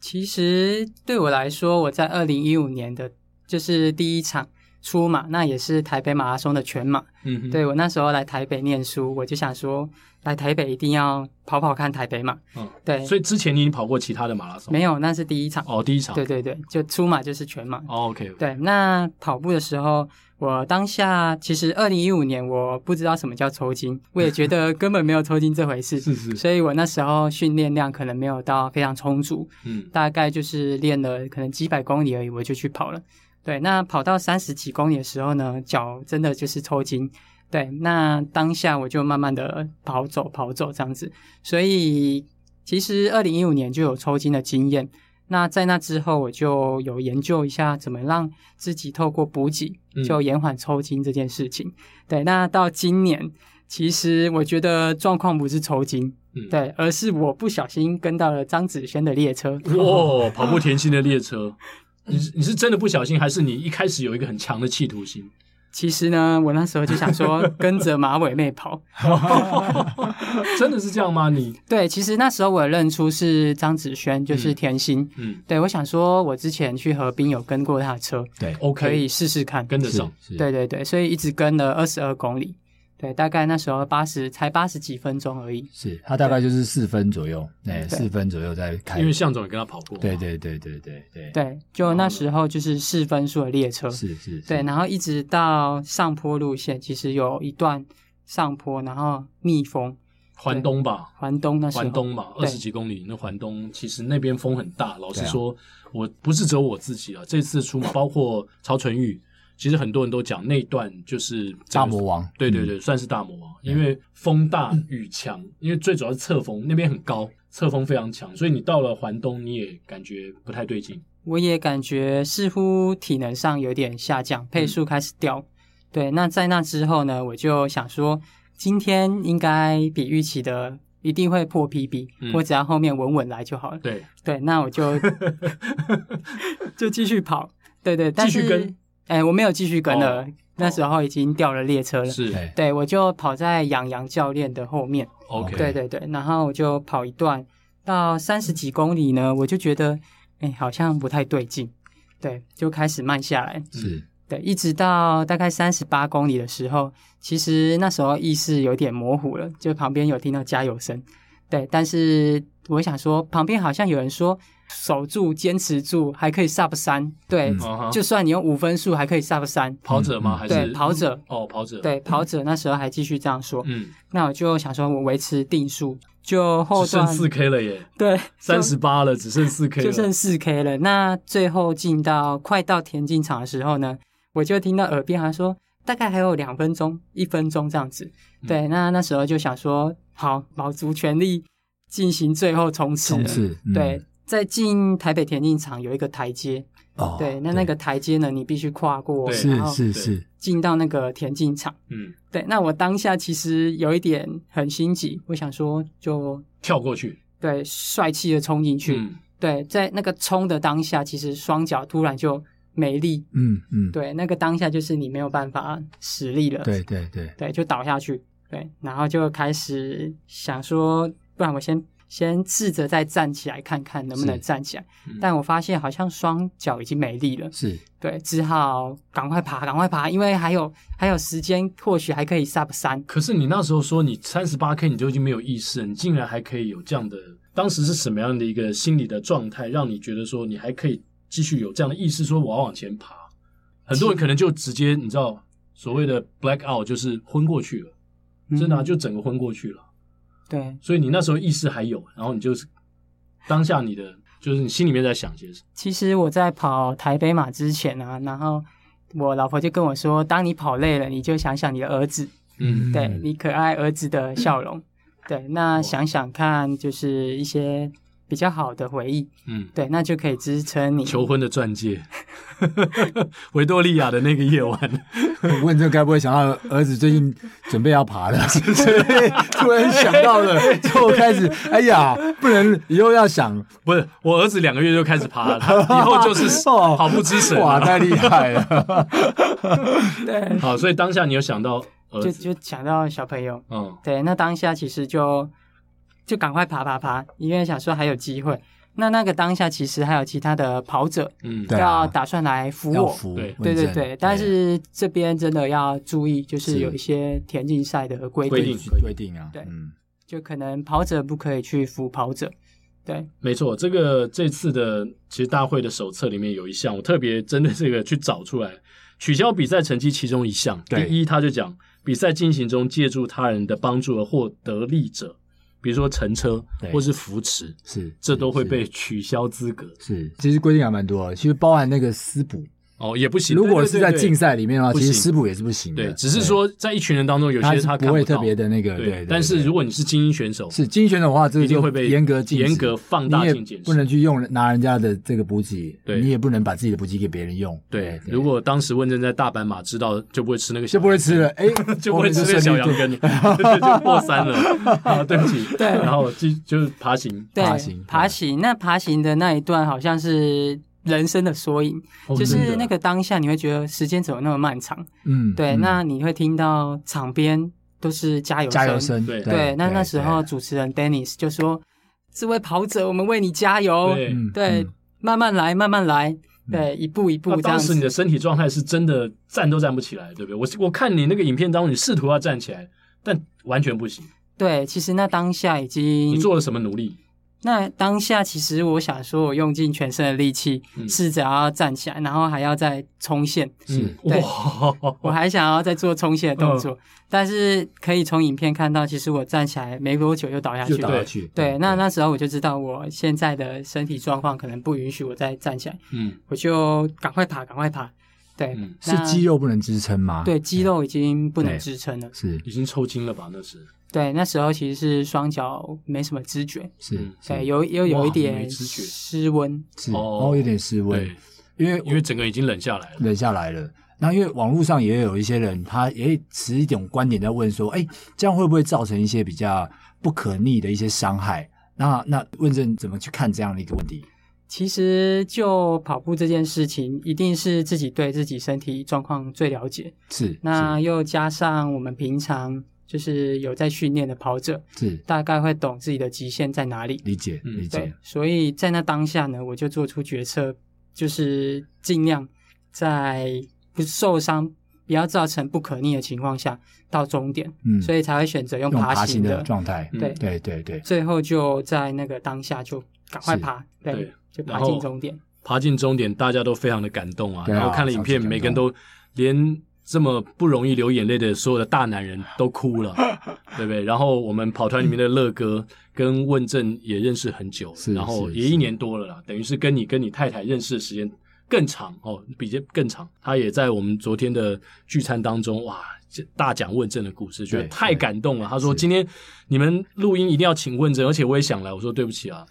Speaker 3: 其实对我来说，我在二零一五年的就是第一场出马，那也是台北马拉松的全马。
Speaker 1: 嗯哼，
Speaker 3: 对我那时候来台北念书，我就想说来台北一定要跑跑看台北马。
Speaker 1: 嗯，
Speaker 3: 对，
Speaker 1: 所以之前你已经跑过其他的马拉松？
Speaker 3: 没有，那是第一场。
Speaker 1: 哦，第一场。
Speaker 3: 对对对，就出马就是全马。
Speaker 1: 哦，OK，
Speaker 3: 对，那跑步的时候，我当下其实二零一五年我不知道什么叫抽筋，我也觉得 根本没有抽筋这回事，
Speaker 1: 是是，
Speaker 3: 所以我那时候训练量可能没有到非常充足，
Speaker 1: 嗯，
Speaker 3: 大概就是练了可能几百公里而已，我就去跑了。对，那跑到三十几公里的时候呢，脚真的就是抽筋。对，那当下我就慢慢的跑走跑走这样子，所以其实二零一五年就有抽筋的经验。那在那之后，我就有研究一下怎么让自己透过补给
Speaker 1: 嗯
Speaker 3: 就延缓抽筋这件事情。对，那到今年，其实我觉得状况不是抽筋，
Speaker 1: 嗯，
Speaker 3: 对，而是我不小心跟到了张子萱的列车。
Speaker 1: 哇，跑步甜心的列车，你是你是真的不小心，还是你一开始有一个很强的企图心？
Speaker 3: 其实呢，我那时候就想说跟着马尾妹跑。
Speaker 1: 真的是这样吗？你
Speaker 3: 对，其实那时候我有认出是张子萱，就是甜心。
Speaker 1: 嗯
Speaker 3: 对，我想说，我之前去河滨有跟过她的车，
Speaker 2: 对，
Speaker 1: ，OK，
Speaker 3: 可以试试看。
Speaker 1: 跟得
Speaker 2: 是
Speaker 1: 上，
Speaker 2: 是，
Speaker 3: 对对对，所以一直跟了二十二公里。对，大概那时候八十才八十几分钟而已。
Speaker 2: 是，它大概就是四分左右，哎，
Speaker 3: 对
Speaker 2: 四分左右在开
Speaker 1: 因，为向总也跟他跑过，
Speaker 2: 对，对对对对对，
Speaker 3: 对，就那时候就是四分数的列车。
Speaker 1: 哦
Speaker 2: 是是，是
Speaker 3: 对，然后一直到上坡路线，其实有一段上坡，然后逆风
Speaker 1: 环东吧。
Speaker 3: 环东那时候。
Speaker 1: 环东嘛，二
Speaker 3: 对
Speaker 1: 十几公里，那环东其实那边风很大。老实
Speaker 2: 对啊
Speaker 1: 说，我不是只有我自己啊，这次出 门包括曹纯玉，其实很多人都讲那段就是整个
Speaker 2: 大魔王，
Speaker 1: 对对
Speaker 2: 嗯，
Speaker 1: 对，算是大魔王，
Speaker 2: 对
Speaker 1: 因为风大雨强，因为最主要是侧风，那边很高，侧风非常强，所以你到了环东你也感觉不太对劲。
Speaker 3: 我也感觉似乎体能上有点下
Speaker 1: 嗯
Speaker 3: 降，配速开始掉。对，那在那之后呢，我就想说，今天应该比预期的一定会破 PB，、
Speaker 1: 嗯
Speaker 3: 我只要后面稳稳来就好了。
Speaker 1: 对，
Speaker 3: 对，那我 就就继续跑。对对，但
Speaker 1: 继续
Speaker 3: 是
Speaker 1: 跟
Speaker 3: 哎，我没有继续跟了，
Speaker 1: 哦
Speaker 3: 那时候已经掉了列车了。
Speaker 1: 是
Speaker 2: 对
Speaker 3: 对，我就跑在杨洋教练的后面。
Speaker 1: OK，
Speaker 3: 对对对，然后我就跑一段，到三十几公里
Speaker 1: 嗯
Speaker 3: 呢，我就觉得，哎，好像不太对劲，对，就开始慢下来，
Speaker 2: 是
Speaker 3: 对，一直到大概三十八公里的时候，其实那时候意识有点模糊了，就旁边有听到加油声，对，但是我想说，旁边好像有人说守住、坚持住，还可以 sub 三，对，
Speaker 2: 嗯
Speaker 1: 嗯哼
Speaker 3: 就算你用五分数还可以 sub 三，
Speaker 1: 跑者吗？
Speaker 2: 嗯
Speaker 1: 还
Speaker 3: 对
Speaker 1: 是，
Speaker 3: 跑者。
Speaker 1: 哦，跑者，，
Speaker 3: 对，跑者那时候还继续这样说，
Speaker 1: 嗯，
Speaker 3: 那我就想说，我维持定数，就后
Speaker 1: 只剩
Speaker 3: 段
Speaker 1: 四 K 了耶，
Speaker 3: 对
Speaker 1: 三十八了，只剩四 K
Speaker 3: 就
Speaker 1: 了，
Speaker 3: 就剩四 K 了。那最后进到快到田径场的时候呢，我就听到耳边好像说大概还有两分钟、一分钟这样子。对，那那时候就想说，好，卯足全力进行最后冲刺了。
Speaker 2: 冲刺，嗯
Speaker 3: 对，在进台北田径场有一个台阶，
Speaker 2: 哦，
Speaker 3: 对，那那个台阶呢，你必须跨过，
Speaker 1: 对
Speaker 2: 是
Speaker 3: 然后
Speaker 1: 对
Speaker 2: 是是，
Speaker 3: 进到那个田径场。
Speaker 1: 嗯，
Speaker 3: 对，那我当下其实有一点很心急，我想说就
Speaker 1: 跳过去，
Speaker 3: 对帅气的冲进去，
Speaker 1: 嗯
Speaker 3: 对，在那个冲的当下，其实双脚突然就没力，
Speaker 2: 嗯嗯，
Speaker 3: 对，那个当下就是你没有办法使力了，
Speaker 2: 对对对，
Speaker 3: 对，就倒下去，对，然后就开始想说，不然我先先试着再站起来看看能不能
Speaker 2: 是
Speaker 3: 站起来
Speaker 1: 嗯，
Speaker 3: 但我发现好像双脚已经没力了，
Speaker 2: 是
Speaker 3: 对，只好赶快爬，赶快爬，因为还有还有时间，或许还可以 sub 三，
Speaker 1: 可是你那时候说你三十八 K 你就已经没有意识了，你竟然还可以有这样的，当时是什么样的一个心理的状态，让你觉得说你还可以继续有这样的意识，说我要往前爬？很多人可能就直接你知道所谓的 black out 就是昏过去了，真的啊、
Speaker 3: 嗯
Speaker 1: 就整个昏过去了。
Speaker 3: 对，
Speaker 1: 所以你那时候意识还有，然后你就是当下你的就是你心里面在想些什么？
Speaker 3: 其实我在跑台北马之前啊，然后我老婆就跟我说，当你跑累了，你就想想你的儿子，
Speaker 1: 嗯
Speaker 3: 对
Speaker 2: 嗯
Speaker 3: 你可爱儿子的笑容，对，那想想看，就是一些比较好的回忆，
Speaker 1: 嗯，
Speaker 3: 对，那就可以支撑你。
Speaker 1: 求婚的钻戒， 维多利亚的那个夜晚，
Speaker 2: 我 问这该不会想到儿子最近准备要爬 了，所以突然想到了，就开始哎呀，不能以后要 想，
Speaker 1: 不是我儿子两个月就开始爬了，他以后就是
Speaker 2: 哦
Speaker 1: 跑步之神啊
Speaker 2: 哇，
Speaker 1: 了。
Speaker 2: 太厉 害了，
Speaker 3: 对，
Speaker 1: 好，所以当下你有想到儿
Speaker 3: 就
Speaker 1: 子，
Speaker 3: 就想到小朋友，
Speaker 1: 嗯
Speaker 3: 对，那当下其实就就赶快爬爬爬，因为想说还有机会。那那个当下其实还有其他的跑者
Speaker 1: 嗯，
Speaker 2: 对啊
Speaker 3: 要打算来扶
Speaker 2: 要
Speaker 3: 我，
Speaker 2: 扶，
Speaker 1: 对
Speaker 3: 对
Speaker 2: 问
Speaker 3: 对
Speaker 2: 政
Speaker 3: 对，但是这边真的要注意，就是
Speaker 2: 是
Speaker 3: 有一些田径赛的规
Speaker 1: 规
Speaker 3: 定，
Speaker 1: 定
Speaker 2: 规定啊，
Speaker 3: 对
Speaker 2: 嗯，
Speaker 3: 就可能跑者不可以去扶跑者。对，
Speaker 1: 没错，这个这次的其实大会的手册里面有一项，我特别针对这个去找出来，取消比赛成绩其中一项。第
Speaker 2: 对
Speaker 1: 一，他就讲比赛进行中借助他人的帮助而获得利者，比如说乘车
Speaker 2: 对
Speaker 1: 或是扶持，
Speaker 2: 是，
Speaker 1: 这都会
Speaker 2: 是
Speaker 1: 被取消资格。
Speaker 2: 是，其实规定还蛮多的，其实包含那个私补，
Speaker 1: 哦，也不行。
Speaker 2: 如
Speaker 1: 对
Speaker 2: 果
Speaker 1: 对
Speaker 2: 是
Speaker 1: 对
Speaker 2: 在
Speaker 1: 对
Speaker 2: 竞赛里面的话，
Speaker 1: 不
Speaker 2: 其
Speaker 1: 行
Speaker 2: 实私补也是不行的，
Speaker 1: 对，只是说在一群人当中，有
Speaker 2: 他
Speaker 1: 些
Speaker 2: 是
Speaker 1: 他看
Speaker 2: 不会
Speaker 1: 到
Speaker 2: 特别的那个，对，
Speaker 1: 对
Speaker 2: 对，
Speaker 1: 但是
Speaker 2: 对
Speaker 1: 如果你是精英选手，
Speaker 2: 是精英选手的话，这个
Speaker 1: 一定
Speaker 2: 就
Speaker 1: 会被
Speaker 2: 严格禁止
Speaker 1: 严格放大
Speaker 2: 你也
Speaker 1: 镜检视
Speaker 2: 不能去用拿人家的这个补给，
Speaker 1: 对
Speaker 2: 你也不能把自己的补给给别人用，
Speaker 1: 对，如果当时问政在大阪马知道，就不会吃那个小
Speaker 2: 就不 会吃了，哎，
Speaker 1: 就不
Speaker 2: 我
Speaker 1: 会
Speaker 2: 们
Speaker 1: 吃那小
Speaker 2: 顺利
Speaker 1: 羊
Speaker 2: 就
Speaker 1: 羹，对就破三了。 啊，对不起。
Speaker 3: 对
Speaker 1: 然后就就是爬行，
Speaker 3: 对
Speaker 2: 爬行
Speaker 3: 爬行，那爬行的那一段好像是人生的缩影，
Speaker 1: 哦
Speaker 3: 就是那。
Speaker 1: 真的
Speaker 3: 个当下，你会觉得时间怎么那么漫长？
Speaker 2: 嗯，
Speaker 3: 对，
Speaker 2: 嗯
Speaker 3: 那你会听到场边都是加油
Speaker 2: 加油声，
Speaker 1: 对
Speaker 3: 对，那那时候主持人 Dennis 就说：“这位跑者，我们为你加油。”
Speaker 1: 对，嗯
Speaker 2: 嗯
Speaker 3: 对，慢慢来，慢慢来，对，一步一步
Speaker 1: 那
Speaker 3: 这样
Speaker 1: 当时你
Speaker 3: 子。
Speaker 1: 的身体状态是真的站都站不起来，对不对？我我看你那个影片当中，你试图要站起来，但完全不行。
Speaker 3: 对，其实那当下已
Speaker 1: 你
Speaker 3: 经，
Speaker 1: 做了什么努力？
Speaker 3: 那当下其实我想说，我用尽全身的力气，
Speaker 1: 嗯
Speaker 3: 试着要站起来，然后还要再冲线，
Speaker 1: 嗯，
Speaker 3: 对
Speaker 1: 哇，
Speaker 3: 我还想要再做冲线的动作，但是可以从影片看到，其实我站起来没多久又倒下去
Speaker 2: 就嗯
Speaker 3: 了
Speaker 2: 打。
Speaker 1: 对
Speaker 2: 下去，
Speaker 3: 对，那那时候我就知道我现在的身体状况可能不允许我再站起来，
Speaker 1: 嗯
Speaker 3: 我就赶快爬，赶快爬。对，
Speaker 1: 嗯，
Speaker 2: 是
Speaker 3: 那
Speaker 2: 肌肉不能支撑吗？
Speaker 3: 对，肌肉已经不能
Speaker 2: 对
Speaker 3: 支撑了。
Speaker 2: 是
Speaker 1: 已经抽筋了吧？那是
Speaker 3: 对，那时候其实是双脚没什么知觉，
Speaker 2: 是
Speaker 1: 嗯
Speaker 2: 是
Speaker 3: 对，有又有
Speaker 1: 哇
Speaker 3: 一
Speaker 1: 没
Speaker 3: 点
Speaker 1: 知觉
Speaker 3: 失温，
Speaker 2: 是
Speaker 1: 哦
Speaker 2: 哦，有点失
Speaker 1: 对
Speaker 2: 温，，因为
Speaker 1: 因为整个已经冷下来了。
Speaker 2: 忍下来了。那因为网络上也有一些人，他也持一种观点在问说，哎、这样会不会造成一些比较不可逆的一些伤害？那那问政怎么去看这样的一个问题？
Speaker 3: 其实就跑步这件事情，一定是自己对自己身体状况最了解。
Speaker 2: 是
Speaker 3: 那又加上我们平常就是有在训练的跑者，
Speaker 2: 是是
Speaker 3: 大概会懂自己的极限在哪里。
Speaker 2: 理解
Speaker 1: 嗯
Speaker 2: 理
Speaker 3: 对
Speaker 2: 解，，
Speaker 3: 所以在那当下呢，我就做出决策，就是尽量在不受伤、不要造成不可逆的情况下到终点，
Speaker 2: 嗯，
Speaker 3: 所以才会选择用
Speaker 2: 用爬行
Speaker 3: 爬行
Speaker 2: 的
Speaker 3: 的。
Speaker 2: 状态，
Speaker 1: 嗯
Speaker 3: 对
Speaker 2: 对对对，
Speaker 3: 最后就在那个当下就赶快
Speaker 2: 是
Speaker 3: 爬，
Speaker 1: 对
Speaker 3: 对，就
Speaker 1: 然
Speaker 3: 爬
Speaker 1: 后
Speaker 3: 进终点。
Speaker 1: 爬进终点，大家都非常的感动啊。
Speaker 2: 对啊
Speaker 1: 然后看了影片，
Speaker 2: 超级感动
Speaker 1: 每个人都连这么不容易流眼泪的所有的大男人都哭 了，对不对？然后我们跑团里面的乐哥跟问政也认识很久了，
Speaker 2: 是
Speaker 1: 然后
Speaker 2: 是
Speaker 1: 也一年多了啦，等于是跟你跟你太太认识的时间更长哦，比这更长。他也在我们昨天的聚餐当中，哇，这大讲问政的故事，觉得
Speaker 2: 对
Speaker 1: 太感动了。他说
Speaker 2: 是
Speaker 1: 今天你们录音一定要请问政，而且我也想来，我说对不起啊。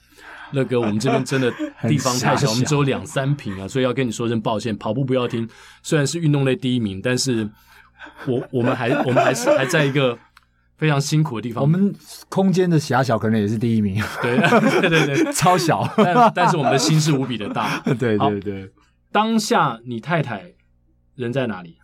Speaker 1: 乐哥，我们这边真的地方太
Speaker 2: 很
Speaker 1: 小，
Speaker 2: 狭
Speaker 1: 我们只有两三平啊，所以要跟你说声抱歉。跑步不要听，虽然是运动类第一名，但是我我们还我们还是还在一个非常辛苦的地方。
Speaker 2: 我们空间的狭小可能也是第一名，
Speaker 1: 对 对对对，
Speaker 2: 超小。
Speaker 1: 但但是我们的心是无比的大。
Speaker 2: 对
Speaker 1: 好
Speaker 2: 对对，
Speaker 1: 当下你太太人在哪里？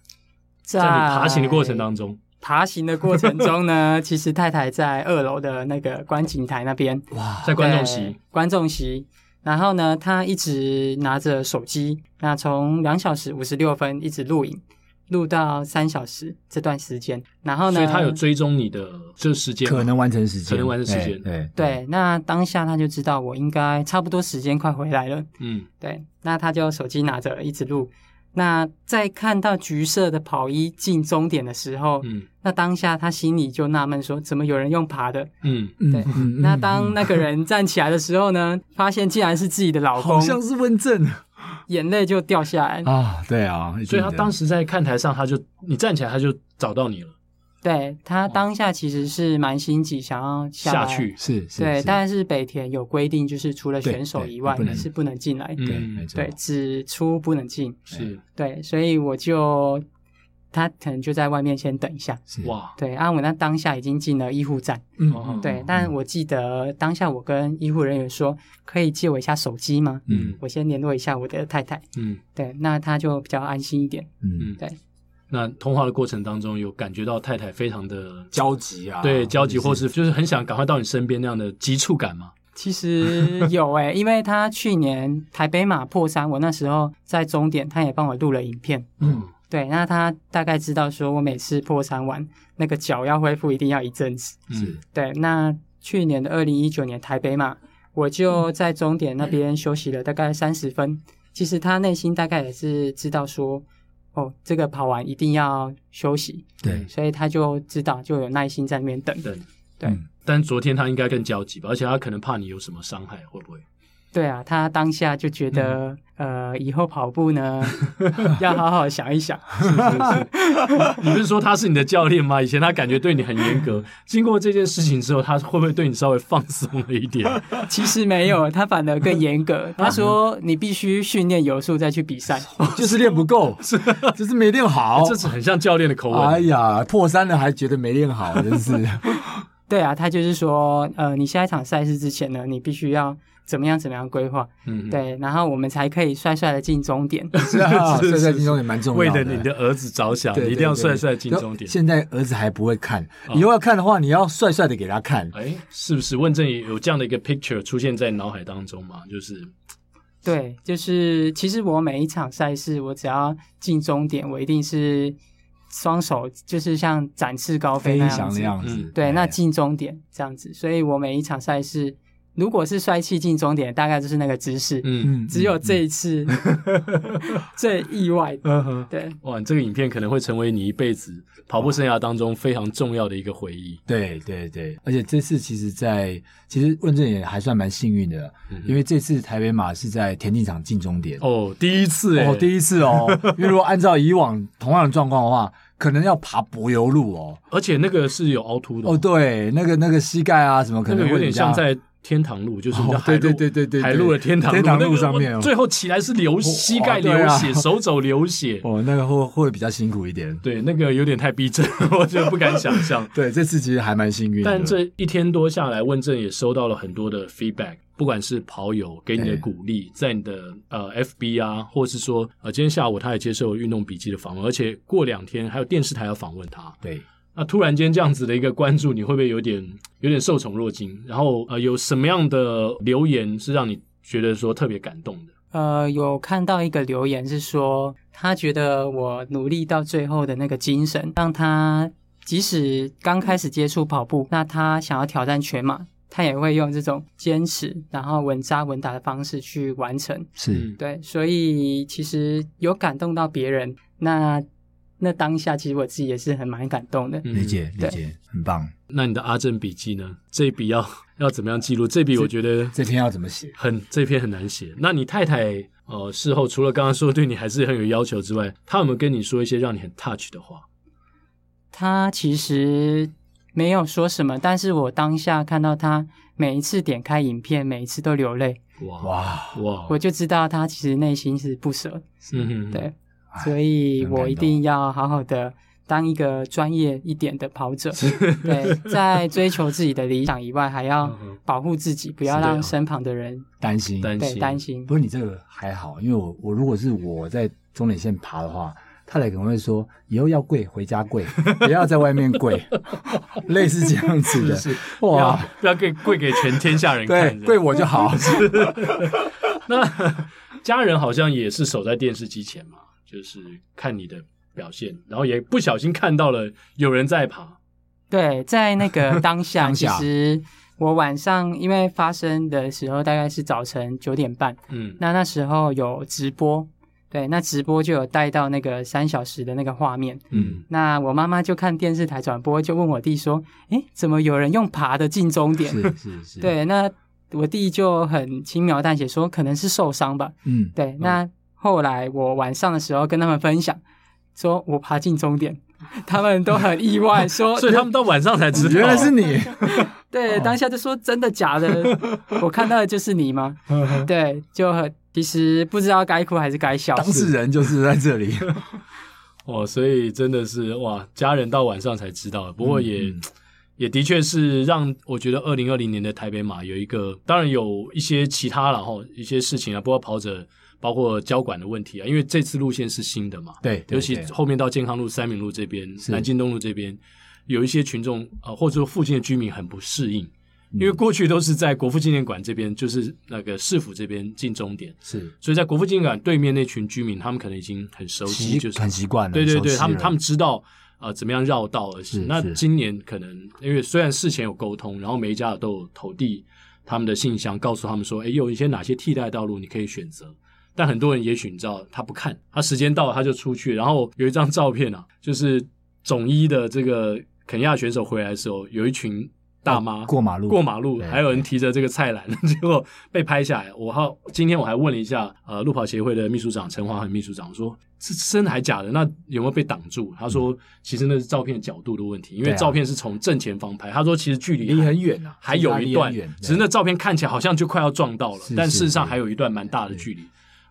Speaker 1: 在
Speaker 3: 在
Speaker 1: 你爬行的过程当中，
Speaker 3: 爬行的过程中呢，其实太太在二楼的那个观景台那边，
Speaker 2: 哇，
Speaker 1: 在观众
Speaker 3: 对
Speaker 1: 席，，
Speaker 3: 观众席。然后呢，她一直拿着手机，那从两小时五十六分一直录影，录到三小时这段时间。然后呢，
Speaker 1: 所以他有追踪你的这时间吗，
Speaker 2: 可能完成时间，哎
Speaker 1: 可能完成时间
Speaker 2: 对
Speaker 3: 对，那当下他就知道我应该差不多时间快回来了。
Speaker 1: 嗯，
Speaker 3: 对，那他就手机拿着一直录。那在看到橘色的跑衣进终点的时候，
Speaker 1: 嗯
Speaker 3: 那当下他心里就纳闷说：怎么有人用爬的？
Speaker 1: 嗯，
Speaker 2: 嗯
Speaker 3: 对
Speaker 2: 嗯
Speaker 3: 那
Speaker 2: 嗯
Speaker 3: 当那个人站起来的时候呢，发现竟然是自己的老
Speaker 2: 好
Speaker 3: 公，
Speaker 2: 像是问 政
Speaker 3: 眼泪就掉下来。
Speaker 2: 啊，对啊，一定
Speaker 1: 所以他
Speaker 2: 的
Speaker 1: 当时在看台上，他就你站起来，他就找到你了，
Speaker 3: 对
Speaker 2: 哦
Speaker 3: 他当下其实是蛮心急，想要下
Speaker 1: 下
Speaker 3: 来。
Speaker 1: 去，
Speaker 2: 是是
Speaker 3: 对，
Speaker 2: 是
Speaker 3: 但是北田有规定，就是除了选手
Speaker 2: 对对
Speaker 3: 以外
Speaker 2: 不能
Speaker 3: 是不能进来，
Speaker 1: 嗯
Speaker 2: 对，没错
Speaker 3: 对，，只出不能进。
Speaker 1: 是
Speaker 3: 对，所以我就他可能就在外面先等一下。
Speaker 2: 是，
Speaker 1: 哇，
Speaker 3: 对，啊，我那当下已经进了医护站，
Speaker 2: 嗯
Speaker 1: 哦
Speaker 3: 对，但我记得当下我跟医护人员说，可以借我一下手机吗？
Speaker 1: 嗯
Speaker 3: 我先联络一下我的太太。
Speaker 1: 嗯
Speaker 3: 对，那他就比较安心一点。
Speaker 2: 嗯，
Speaker 1: 嗯，
Speaker 3: 对。
Speaker 1: 那通话的过程当中，有感觉到太太非常的
Speaker 2: 焦急啊，
Speaker 1: 对焦急，或是就是很想赶快到你身边那样的急促感吗？
Speaker 3: 其实有诶、因为他去年台北马破三，我那时候在终点，他也帮我录了影片。
Speaker 2: 嗯
Speaker 3: 对，那他大概知道说我每次破三完，那个脚要恢复一定要一阵子。
Speaker 2: 是
Speaker 1: 嗯，
Speaker 3: 对，那去年的二零一九年台北嘛，我就在终点那边休息了大概三十分。其实他内心大概也是知道说，哦，这个跑完一定要休息，
Speaker 2: 对，
Speaker 3: 所以他就知道就有耐心在那边等。
Speaker 1: 对
Speaker 3: 对
Speaker 2: 嗯
Speaker 1: 但昨天他应该更焦急吧，而且他可能怕你有什么伤害，会不会？
Speaker 3: 对啊，他当下就觉得，呃，以后跑步呢要好好想一想。
Speaker 1: 你不是说他是你的教练吗？以前他感觉对你很严格，经过这件事情之后，他会不会对你稍微放松了一点？
Speaker 3: 其实没有，他反而更严格。他说你必须训练有素再去比赛。
Speaker 2: 就是练不 够， 就是没练好，
Speaker 1: 嗯这是很像教练的口吻。
Speaker 2: 哎呀，破三了还觉得没练好，真是
Speaker 3: 对啊，他就是说，呃，你下一场赛事之前呢，你必须要怎么样怎么样规划，
Speaker 1: 嗯，
Speaker 3: 对，然后我们才可以帅帅的进终点。
Speaker 2: 是 啊，
Speaker 1: 是
Speaker 2: 所以在
Speaker 1: 是
Speaker 2: 金钟也蛮重
Speaker 1: 为
Speaker 2: 要
Speaker 1: 了你的儿子着想，
Speaker 2: 对
Speaker 1: 你一
Speaker 2: 对
Speaker 1: 定要
Speaker 2: 对
Speaker 1: 帅帅进终点。哦
Speaker 2: 现在儿子还不会看，以后要看的话，你要帅帅的给他看。
Speaker 1: 哎，是不是问政也有这样的一个 picture 出现在脑海当中嘛？就是
Speaker 3: 对，就是其实我每一场赛事，我只要进终点，我一定是双手就是像展翅高飞
Speaker 2: 飞
Speaker 3: 那样
Speaker 2: 翔
Speaker 3: 子
Speaker 2: 的。样子，
Speaker 1: 嗯
Speaker 3: 对，那
Speaker 2: 哎
Speaker 3: 进终点这样子，所以我每一场赛事，如果是帅气进终点，大概就是那个姿势。
Speaker 1: 嗯，
Speaker 3: 只有这一次 最意外的，对
Speaker 1: 哇，这个影片可能会成为你一辈子跑步生涯当中非常重要的一个回忆。
Speaker 2: 对对对，而且这次其实在，其实问政也还算蛮幸运的，
Speaker 1: 嗯哼
Speaker 2: 因为这次台北马是在田径场进终点
Speaker 1: 哦，第一次哎，
Speaker 2: 哦，第一次哦， 因为如果按照以往同样的状况的话，可能要爬柏油路哦，
Speaker 1: 而且那个是有凹凸的
Speaker 2: 哦对，那个那个膝盖啊什么可
Speaker 1: 那
Speaker 2: 能
Speaker 1: 个
Speaker 2: 会
Speaker 1: 有点
Speaker 2: 比较
Speaker 1: 像在天堂路，就是你的
Speaker 2: 哦
Speaker 1: 海路，
Speaker 2: 对对对对对对
Speaker 1: 海路的天堂路，
Speaker 2: 天堂路
Speaker 1: 那个
Speaker 2: 上面哦
Speaker 1: 最后起来是流膝盖流
Speaker 2: 哦
Speaker 1: 血，
Speaker 2: 对啊
Speaker 1: 手肘流血，
Speaker 2: 哦那个会会比较辛苦一点，
Speaker 1: 对，那个有点太逼真， 我觉得不敢想象。
Speaker 2: 对，这次其实还蛮幸运的，
Speaker 1: 但这一天多下来，问政也收到了很多的 feedback，不管是跑友给你的
Speaker 2: 对
Speaker 1: 鼓励，在你的呃 FB 啊，或是说呃今天下午他也接受运动笔记的访问，而且过两天还有电视台要访问他，
Speaker 2: 对。
Speaker 1: 那突然间这样子的一个关注，你会不会有点有点受宠若惊？然后呃，有什么样的留言是让你觉得说特别感动的？
Speaker 3: 呃，有看到一个留言是说，他觉得我努力到最后的那个精神，让他即使刚开始接触跑步，那他想要挑战全马，他也会用这种坚持，然后稳扎稳打的方式去完成。
Speaker 1: 嗯
Speaker 2: 是，
Speaker 3: 对，所以其实有感动到别人，那那当下其实我自己也是很蛮感动的。
Speaker 1: 嗯
Speaker 2: 理解理
Speaker 3: 对
Speaker 2: 解，很棒。
Speaker 1: 那你的阿正笔记呢？这一笔要要怎么样记录？这笔我觉得
Speaker 2: 这篇要怎么写？
Speaker 1: 很这篇很难写。那你太太呃事后除了刚刚说对你还是很有要求之外，她有没有跟你说一些让你很 touch 的话？
Speaker 3: 他其实没有说什么，但是我当下看到他每一次点开影片，每一次都流泪，
Speaker 1: 哇
Speaker 2: 哇，
Speaker 1: 哇，
Speaker 3: 我就知道他其实内心是不舍，
Speaker 1: 哦嗯哼，
Speaker 2: 哎
Speaker 3: 对，所以我一定要好好的当一个专业一点的跑者，对，在追求自己的理想以外， 还
Speaker 2: 啊
Speaker 3: 要
Speaker 1: 嗯哼
Speaker 3: 保护自己，不要
Speaker 1: 是的哦
Speaker 3: 让身旁的人
Speaker 2: 担心。
Speaker 1: 担
Speaker 3: 对
Speaker 1: 心
Speaker 3: 担心
Speaker 2: 不。过你这个还好，因为我我如果是我在终点线爬的话，太太可能会说以后要跪回家跪，不要在外面 跪，类似这样子的。
Speaker 1: 是是不要
Speaker 2: 哇，
Speaker 1: 不要跪跪给全天下人
Speaker 2: 对
Speaker 1: 看，，
Speaker 2: 跪我就好。
Speaker 1: 那家人好像也是守在电视机前嘛，就是看你的表现，然后也不小心看到了有人在爬，
Speaker 3: 对，在那 个当下，
Speaker 2: 当
Speaker 3: 其
Speaker 2: 下
Speaker 3: 实我晚上因为发生的时候大概是早晨九点半，
Speaker 1: 嗯，
Speaker 3: 那那时候有直播，对，那直播就有带到那个三小时的那个画面。
Speaker 1: 嗯，
Speaker 3: 那我妈妈就看电视台转播，就问我弟说：“诶，怎么有人用爬的进终点？”
Speaker 2: 是是是，，
Speaker 3: 对，那我弟就很轻描淡写说可能是受伤吧。
Speaker 2: 嗯，
Speaker 3: 对，那后来我晚上的时候跟他们分享，说我爬进终点， 他们都很意 外，说
Speaker 1: 所以他们到晚上才知道，
Speaker 2: 原来 是你，
Speaker 1: 哦
Speaker 3: 对，当下就说真的 假的，我看到的就是你吗？
Speaker 1: 嗯
Speaker 3: 对，就很其实不知道该哭还是该笑。
Speaker 2: 当事人就是在 这里。
Speaker 1: 哦，所以真的是哇，家人到晚上才知道，不过也、
Speaker 2: 嗯
Speaker 1: 也的确是让我觉得二零二零年的台北马有一个，当然有一些其他然后一些事情啊，包括跑者，包括交管的问题啊，因为这次路线是新的嘛，
Speaker 2: 对，对
Speaker 1: 尤其
Speaker 2: 对
Speaker 1: 后面到健康路、三明路这边、
Speaker 2: 是
Speaker 1: 南京东路这边，有一些群众呃，或者说附近的居民很不适应，
Speaker 2: 嗯
Speaker 1: 因为过去都是在国父纪念馆这边，就是那个市府这边进终点，
Speaker 2: 是
Speaker 1: 所以在国父纪念馆对面那群居民，他们可能已经很熟悉，
Speaker 2: 习
Speaker 1: 就是
Speaker 2: 很习惯了，
Speaker 1: 对对
Speaker 2: 熟悉
Speaker 1: 对，
Speaker 2: 了
Speaker 1: 他们他们知道啊、呃怎么样绕道而行。
Speaker 2: 是
Speaker 1: 那
Speaker 2: 是
Speaker 1: 今年可能因为虽然事前有沟通，然后每一家都有投递他们的信箱，告诉他们说，哎，有一些哪些替代道路你可以选择。但很多人也许你知道，他不看，他时间到了他就出去。然后有一张照片啊，就是总一的这个肯亚选手回来的时候，有一群大妈
Speaker 2: 哦过马路嗯
Speaker 1: 过马路，
Speaker 2: 对
Speaker 1: 还有人提着这个菜篮， 结果被拍下来。我好，今天我还问了一下，呃，路跑协会的秘书长陈华恒秘书长，我说是真的还假的？那有没有被挡住？他说，其实那是照片角度的问题，因为
Speaker 2: 嗯对啊
Speaker 1: 照片是从正前方拍。他说，其实距离
Speaker 2: 离很远啊，
Speaker 1: 还有一段
Speaker 2: 离很远，
Speaker 1: 只是那照片看起来好像就快要撞到了，
Speaker 2: 是
Speaker 1: 但
Speaker 2: 是
Speaker 1: 事实上
Speaker 2: 是
Speaker 1: 还有一段蛮大的距离。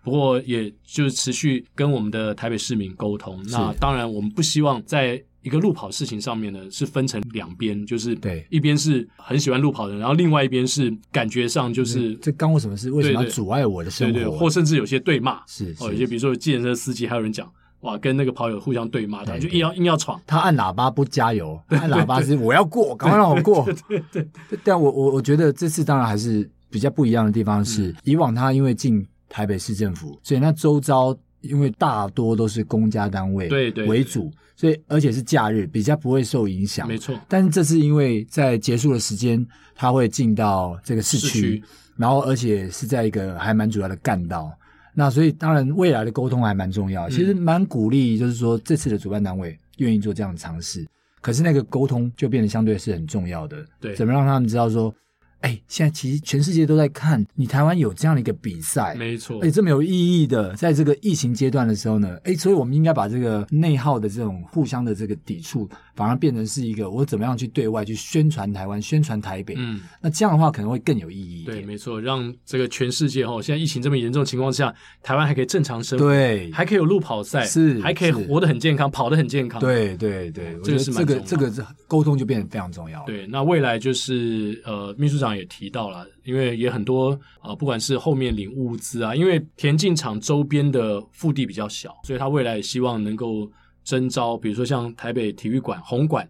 Speaker 1: 不过，也就是持续跟我们的台北市民沟通。那当然，我们不希望在一个路跑事情上面呢，是分成两边，就是
Speaker 2: 对
Speaker 1: 一边是很喜欢路跑的人，然后另外一边是感觉上就是
Speaker 2: 嗯这干我什么事？为什
Speaker 1: 对
Speaker 2: 么要
Speaker 1: 对
Speaker 2: 阻碍我的生
Speaker 1: 对
Speaker 2: 活？
Speaker 1: 对，或甚至有些对骂
Speaker 2: 是
Speaker 1: 哦，
Speaker 2: 是
Speaker 1: 有些比如说计程车司机，还有人讲哇，跟那个跑友互相对骂，他
Speaker 2: 对
Speaker 1: 就
Speaker 2: 对
Speaker 1: 硬要硬要闯。
Speaker 2: 他按喇叭不 加油，按喇叭是我要过，赶快让我过。对对，但我我我觉得这次当然还是比较不一样的地方是，
Speaker 1: 嗯
Speaker 2: 以往他因为进台北市政府，所以那周遭因为大多都是公家单位
Speaker 1: 对对对
Speaker 2: 为主，所以而且是假日，比较不会受影响
Speaker 1: 没。错，
Speaker 2: 但是这次因为在结束的时间，它会进到这个市
Speaker 1: 市
Speaker 2: 区
Speaker 1: 区，
Speaker 2: 然后而且是在一个还蛮主要的干道。那所以当然未来的沟通还蛮重
Speaker 1: 嗯
Speaker 2: 要，其实蛮鼓励，就是说这次的主办单位愿意做这样的尝试。可是那个沟通就变得相对是很重要的，
Speaker 1: 对
Speaker 2: 怎么让他们知道说，哎，现在其实全世界都在看你台湾有这样的一个比赛，
Speaker 1: 没错
Speaker 2: 而，且这么有意义的，在这个疫情阶段的时候呢，哎，所以我们应该把这个内耗的这种互相的这个抵触，反而变成是一个我怎么样去对外去宣传台湾、宣传台北。
Speaker 1: 嗯。
Speaker 2: 那这样的话可能会更有意义一
Speaker 1: 对，
Speaker 2: 点。
Speaker 1: 没错，让这个全世界哦，现在疫情这么严重的情况下，台湾还可以正常生活，
Speaker 2: 对，
Speaker 1: 还可以有路跑赛，
Speaker 2: 是
Speaker 1: 还可以
Speaker 2: 是
Speaker 1: 活得很健康，跑得很健康。
Speaker 2: 对对对，我
Speaker 1: 哦这个
Speaker 2: 觉得
Speaker 1: 是
Speaker 2: 这
Speaker 1: 蛮重
Speaker 2: 个
Speaker 1: 要的
Speaker 2: 这个是沟通就变得非常重要了。
Speaker 1: 对，那未来就是呃，秘书长也提到了，因为也很多呃，不管是后面领物资啊，因为田径场周边的腹地比较小，所以他未来也希望能够征招，比如说像台北体育馆红馆。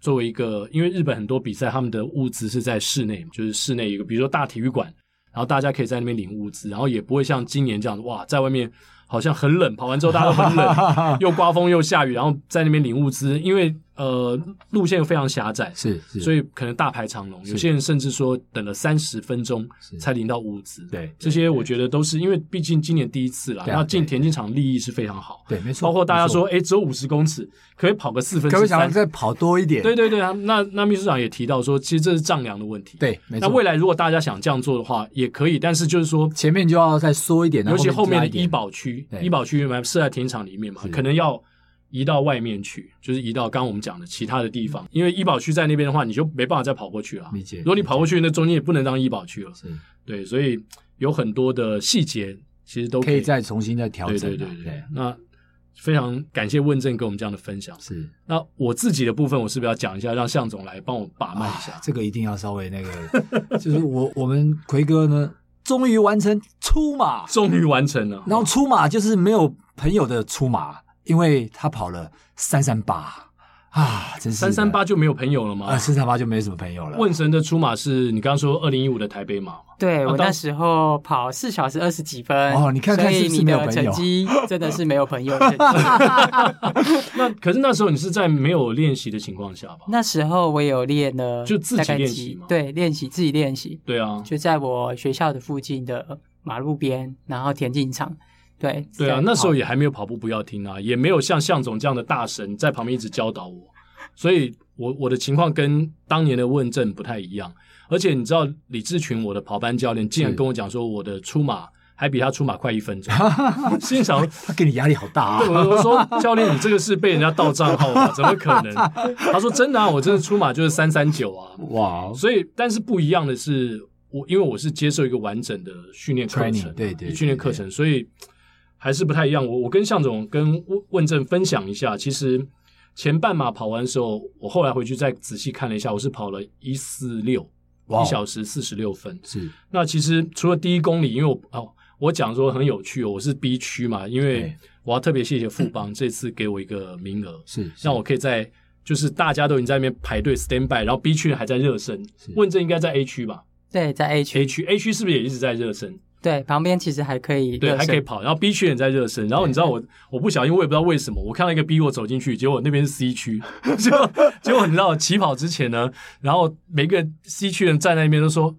Speaker 1: 作为一个，因为日本很多比赛，他们的物资是在室内嘛，就是室内一个，比如说大体育馆，然后大家可以在那边领物资，然后也不会像今年这样，哇，在外面好像很冷，跑完之后大家都很冷，又刮风又下雨，然后在那边领物资，因为呃路线非常狭窄，
Speaker 2: 是是，
Speaker 1: 所
Speaker 2: 以
Speaker 1: 以可能大排长龙，
Speaker 2: 是
Speaker 1: 有些人甚至说等了三十分钟
Speaker 2: 是
Speaker 1: 才领到物资。
Speaker 2: 对
Speaker 1: 这些我觉得都是因为毕竟今年第一次啦，
Speaker 2: 对啊
Speaker 1: 那进田径场利益是非常好。
Speaker 2: 对啊没错，
Speaker 1: 包括大家
Speaker 2: 没错
Speaker 1: 说，，哎，只有五十公尺，可不可以跑个四分
Speaker 2: 可不可
Speaker 1: 之
Speaker 2: 以想要
Speaker 1: 三。
Speaker 2: 再跑多一点？
Speaker 1: 对对对啊，那那秘书长也提到说，其实这是丈量的问题。，
Speaker 2: 对，没
Speaker 1: 那
Speaker 2: 错。
Speaker 1: 未来如果大家想这样做的话，也可以，但是就是说，
Speaker 2: 前面就要再缩一点，然
Speaker 1: 尤其后
Speaker 2: 后
Speaker 1: 面
Speaker 2: 面
Speaker 1: 的
Speaker 2: 加一点
Speaker 1: 医保区，
Speaker 2: 对
Speaker 1: 医保区原来设在田径场里面嘛，
Speaker 2: 是
Speaker 1: 可能要移到外面去，就是移到刚刚我们讲的其他的地方，因为医保区在那边的话，你就没办法再跑过去了。
Speaker 2: 嗯理解
Speaker 1: 如果你跑过去，那中间也不能当医保区了。
Speaker 2: 是
Speaker 1: 对，所以有很多的细节其实都
Speaker 2: 可以再重新再调
Speaker 1: 对
Speaker 2: 整
Speaker 1: 对
Speaker 2: 啊。
Speaker 1: 对对。那非常感谢问政给我们这样的分享。
Speaker 2: 是
Speaker 1: 那我自己的部分，我是不是要讲一下，让向总来帮我把脉一
Speaker 2: 啊
Speaker 1: 下？
Speaker 2: 这个一定要稍微那个， 就是我我们奎哥呢，终于完成出马，
Speaker 1: 终于完成了，
Speaker 2: 然后出马就是没有朋友的出马，因为他跑了三三八啊，真是的
Speaker 1: 三三八就没有朋友了吗？
Speaker 2: 啊，三三八就没什么朋友了。
Speaker 1: 问神的出马是你刚刚说二零一五的台北马嘛？
Speaker 3: 对
Speaker 1: 啊
Speaker 3: 我
Speaker 1: 当
Speaker 3: 那时候跑四小时二十几分
Speaker 2: 哦你看看
Speaker 3: 所
Speaker 2: 是
Speaker 3: 以
Speaker 2: 不是
Speaker 3: 你
Speaker 2: 没有
Speaker 3: 的
Speaker 2: 朋友
Speaker 3: 成 绩真的是没有朋友的成绩。
Speaker 1: 那可是那时候你是在没有练习的情况下吧？
Speaker 3: 那时候我有练了，
Speaker 1: 就自己
Speaker 3: 大概
Speaker 1: 练
Speaker 3: 几
Speaker 1: 习吗
Speaker 3: 对，练习自己练习，
Speaker 1: 对啊，
Speaker 3: 就在我学校的附近的马路边，然后田径场。对
Speaker 1: 对啊
Speaker 3: 在，
Speaker 1: 那时候
Speaker 3: 跑
Speaker 1: 也还没有跑步不要听啊，也没有像向总这样的大神在旁边一直教导我，所以我我的情况跟当年的问政不太一样。而且你知道李志群我的跑班教练竟然
Speaker 2: 是
Speaker 1: 跟我讲说我的出马还比他出马快一 分钟，心想
Speaker 2: 他给你压力好大啊
Speaker 1: 对，！我我说教练，你这个是被人家盗账号吧？怎么可能？他说真的啊，我真的出马就是三三九啊。
Speaker 2: 哇，哦
Speaker 1: 所以，但是不一样的是，我因为我是接受一个完整的训练课程啊、
Speaker 2: Training，对对对
Speaker 1: 训练课程，所以还是不太一样。我我跟向总跟问问政分享一下，其实前半马跑完的时候，我后来回去再仔细看了一下，我是跑了一四六，
Speaker 2: 哇哦
Speaker 1: 一小时四十六分。
Speaker 2: 是
Speaker 1: 那其实除了第一公里，因为我哦，我讲说很有趣哦，我是 B 区嘛，因为
Speaker 2: 对
Speaker 1: 我要特别谢谢富 邦这次给我一个名额，
Speaker 2: 是，
Speaker 1: 让我可以在就是大家都已经在那边排队 stand by，然后 B 区还在热身
Speaker 2: 是，
Speaker 1: 问政应该在 A 区吧
Speaker 3: 对在 A 区
Speaker 1: ？A 区 A 区是不是也一直在热身？
Speaker 3: 对旁边其实还可以热
Speaker 1: 对，
Speaker 3: 身，
Speaker 1: 还可以跑。然后 B 区也在热身。然后你知道我，我不小心，我也不知道为什么，我看到一个 B，我走进去，结果那边是 C 区。 结果结果你知道，起跑之前呢，然后每个 C 区人站在那边都说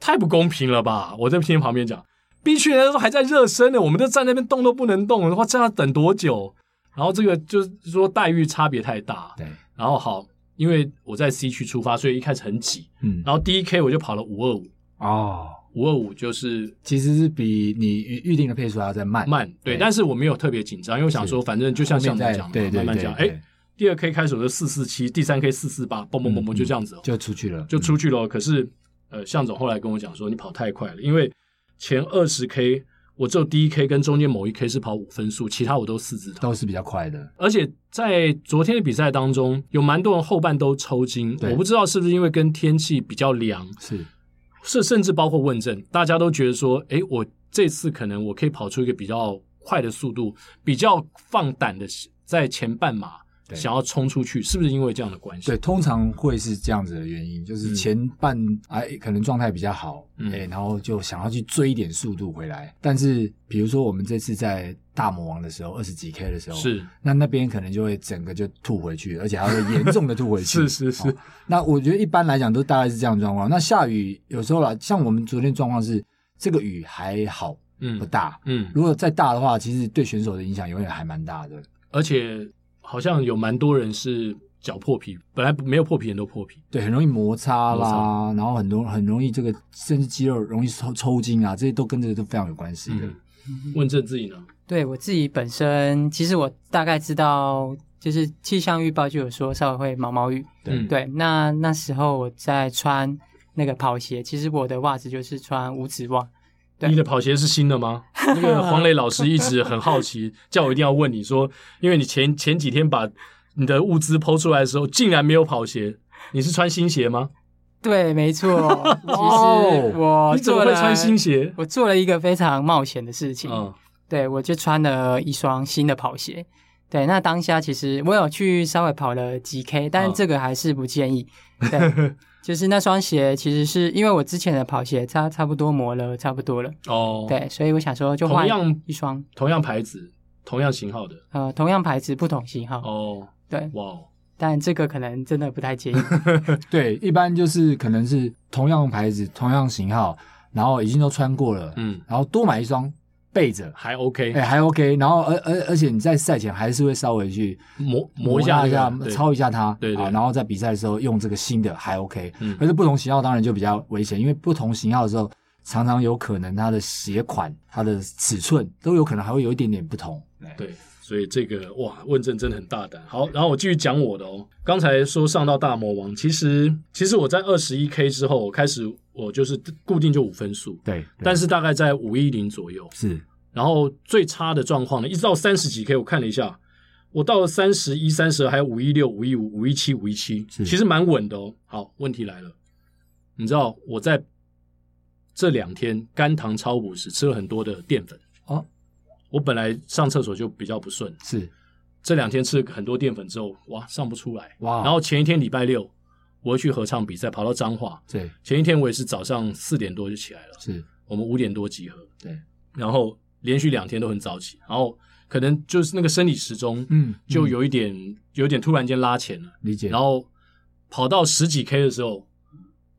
Speaker 1: 太不公平了吧！我在听旁边讲，B 区人都还在热身呢，我们都站那边动都不能动，的话这样要等多久？然后这个就是说待遇差别太大。
Speaker 2: 对，
Speaker 1: 然后好，因为我在 C 区出发，所以一开始很挤。
Speaker 2: 嗯，
Speaker 1: 然后第一 K 我就跑了五二五，
Speaker 2: 哦，
Speaker 1: 五二五就是
Speaker 2: 其实是比你预预定的配速还要再慢，
Speaker 1: 慢，对，但是我没有特别紧张，因为我想说，反正就像
Speaker 2: 后
Speaker 1: 向
Speaker 2: 面
Speaker 1: 总
Speaker 2: 再
Speaker 1: 讲的，
Speaker 2: 对对
Speaker 1: 慢慢
Speaker 2: 对
Speaker 1: 讲。
Speaker 2: 对
Speaker 1: 哎，第二 K 开始我就四四七，第三 K 四四八，嘣嘣嘣嘣，
Speaker 2: 嗯
Speaker 1: 就这样子哦，
Speaker 2: 就出去了，
Speaker 1: 就
Speaker 2: 嗯
Speaker 1: 出去了哦。可是呃，向总后来跟我讲说，你跑太快了，因为前二十 K 我只有第一 K 跟中间某一 K 是跑五分数，其他我都四字头。
Speaker 2: 嗯都是比较快的，
Speaker 1: 而且在昨天的比赛当中，有蛮多人后半都抽筋，
Speaker 2: 对
Speaker 1: 我不知道是不是因为跟天气比较凉，
Speaker 2: 是
Speaker 1: 甚甚至包括问政，大家都觉得说，诶，我这次可能我可以跑出一个比较快的速度，比较放胆的在前半马
Speaker 2: 对
Speaker 1: 想要冲出去，是不是因为这样的关系？
Speaker 2: 对，，通常会是这样子的原因，就是前半哎、可能状态比较好，哎、
Speaker 1: 嗯
Speaker 2: 然后就想要去追一点速度回来。但是比如说我们这次在大魔王的时候，二十几 K 的时候，
Speaker 1: 是
Speaker 2: 那那边可能就会整个就吐回去，而且还会严重的吐回去。
Speaker 1: 是是是
Speaker 2: 哦那我觉得一般来讲都大概是这样的状况。那下雨有时候啦，像我们昨天状况是这个雨还好不
Speaker 1: 嗯
Speaker 2: 大，
Speaker 1: 嗯，
Speaker 2: 如果再大的话，其实对选手的影响永远还蛮大的。
Speaker 1: 而且好像有蛮多人是脚破皮，本来没有破皮人都破皮，
Speaker 2: 对，很容易摩擦啦，
Speaker 1: 摩
Speaker 2: 然后很多很容易这个，甚至肌肉容易抽抽筋啊，这些都跟这个都非常有关系的。
Speaker 1: 嗯，问政自己呢？
Speaker 3: 对我自己本身，其实我大概知道，就是气象预报就有说稍微会毛毛雨。
Speaker 2: 对
Speaker 1: 嗯，
Speaker 3: 对，那那时候我在穿那个跑鞋，其实我的袜子就是穿五指袜。对
Speaker 1: 你的跑鞋是新的吗？那个黄磊老师一直很好奇，叫我一定要问你说，因为你前前几天把你的物资剖出来的时候，竟然没有跑鞋，你是穿新鞋吗？
Speaker 3: 对，没错。 其
Speaker 2: 哦
Speaker 3: 实我
Speaker 1: 你怎么
Speaker 3: 做
Speaker 1: 会
Speaker 3: 了
Speaker 1: 穿新鞋？
Speaker 3: 我做了一个非常冒险的事情。
Speaker 1: 嗯，
Speaker 3: 对，我就穿了一双新的跑鞋。对，那当下其实我有去稍微跑了几 K，但
Speaker 1: 嗯
Speaker 3: 是这个还是不建议。对，就是那双鞋其实是因为我之前的跑鞋差差不多磨了差不多了，
Speaker 1: 哦，，
Speaker 3: 对，所以我想说就
Speaker 1: 同
Speaker 3: 换
Speaker 1: 样
Speaker 3: 一双，
Speaker 1: 同样牌子，同样型号的。
Speaker 3: 呃，同样牌子不同型号。
Speaker 1: 哦，
Speaker 3: 对，
Speaker 1: 哇哦，
Speaker 3: 但这个可能真的不太建议。
Speaker 2: 对，一般就是可能是同样牌子、同样型号，然后已经都穿过了，
Speaker 1: 嗯，
Speaker 2: 然后多买一双备着，
Speaker 1: 还
Speaker 2: 哎、
Speaker 1: OK，
Speaker 2: 还 OK。然后而而而且你在赛前还是会稍微去
Speaker 1: 磨磨
Speaker 2: 磨
Speaker 1: 一下
Speaker 2: 一下
Speaker 1: 那个、对
Speaker 2: 抄一下它，
Speaker 1: 对对
Speaker 2: 啊，然后在比赛的时候用这个新的还 OK。
Speaker 1: 嗯
Speaker 2: 可是不同型号当然就比较危险，因为不同型号的时候，常常有可能它的鞋款、它的尺寸都有可能还会有一点点不同。
Speaker 1: 对，所以这个哇，问政真的很大胆。好，然后我继续讲我的哦。刚才说上到大魔王，其实其实我在二十一 K 之后，我开始我就是固定就五分数，
Speaker 2: 对，
Speaker 1: 但
Speaker 2: 是
Speaker 1: 是大概在五一零左右。
Speaker 2: 是
Speaker 1: 然后最差的状况呢，一直到三十几 K，我看了一下，我到了三十一、三十，还有五一六、五一五、五一七、五一七，
Speaker 2: 是
Speaker 1: 其实蛮稳的哦。好，问题来了，你知道我在这两天肝糖超补时吃了很多的淀粉
Speaker 2: 哦，
Speaker 1: 我本来上厕所就比较不顺，
Speaker 2: 是
Speaker 1: 这两天吃了很多淀粉之后，哇，上不出来。
Speaker 2: 哇，哦
Speaker 1: 然后前一天礼拜六，我要去合唱比赛，跑到彰化。
Speaker 2: 对
Speaker 1: 前一天我也是早上四点多就起来了，
Speaker 2: 是
Speaker 1: 我们五点多集合，
Speaker 2: 对，
Speaker 1: 然后连续两天都很早起，然后可能就是那个生理时钟，
Speaker 2: 嗯
Speaker 1: 就
Speaker 2: 嗯
Speaker 1: 有一点、有一点突然间拉前了，
Speaker 2: 理解。
Speaker 1: 然后跑到十几 K 的时候，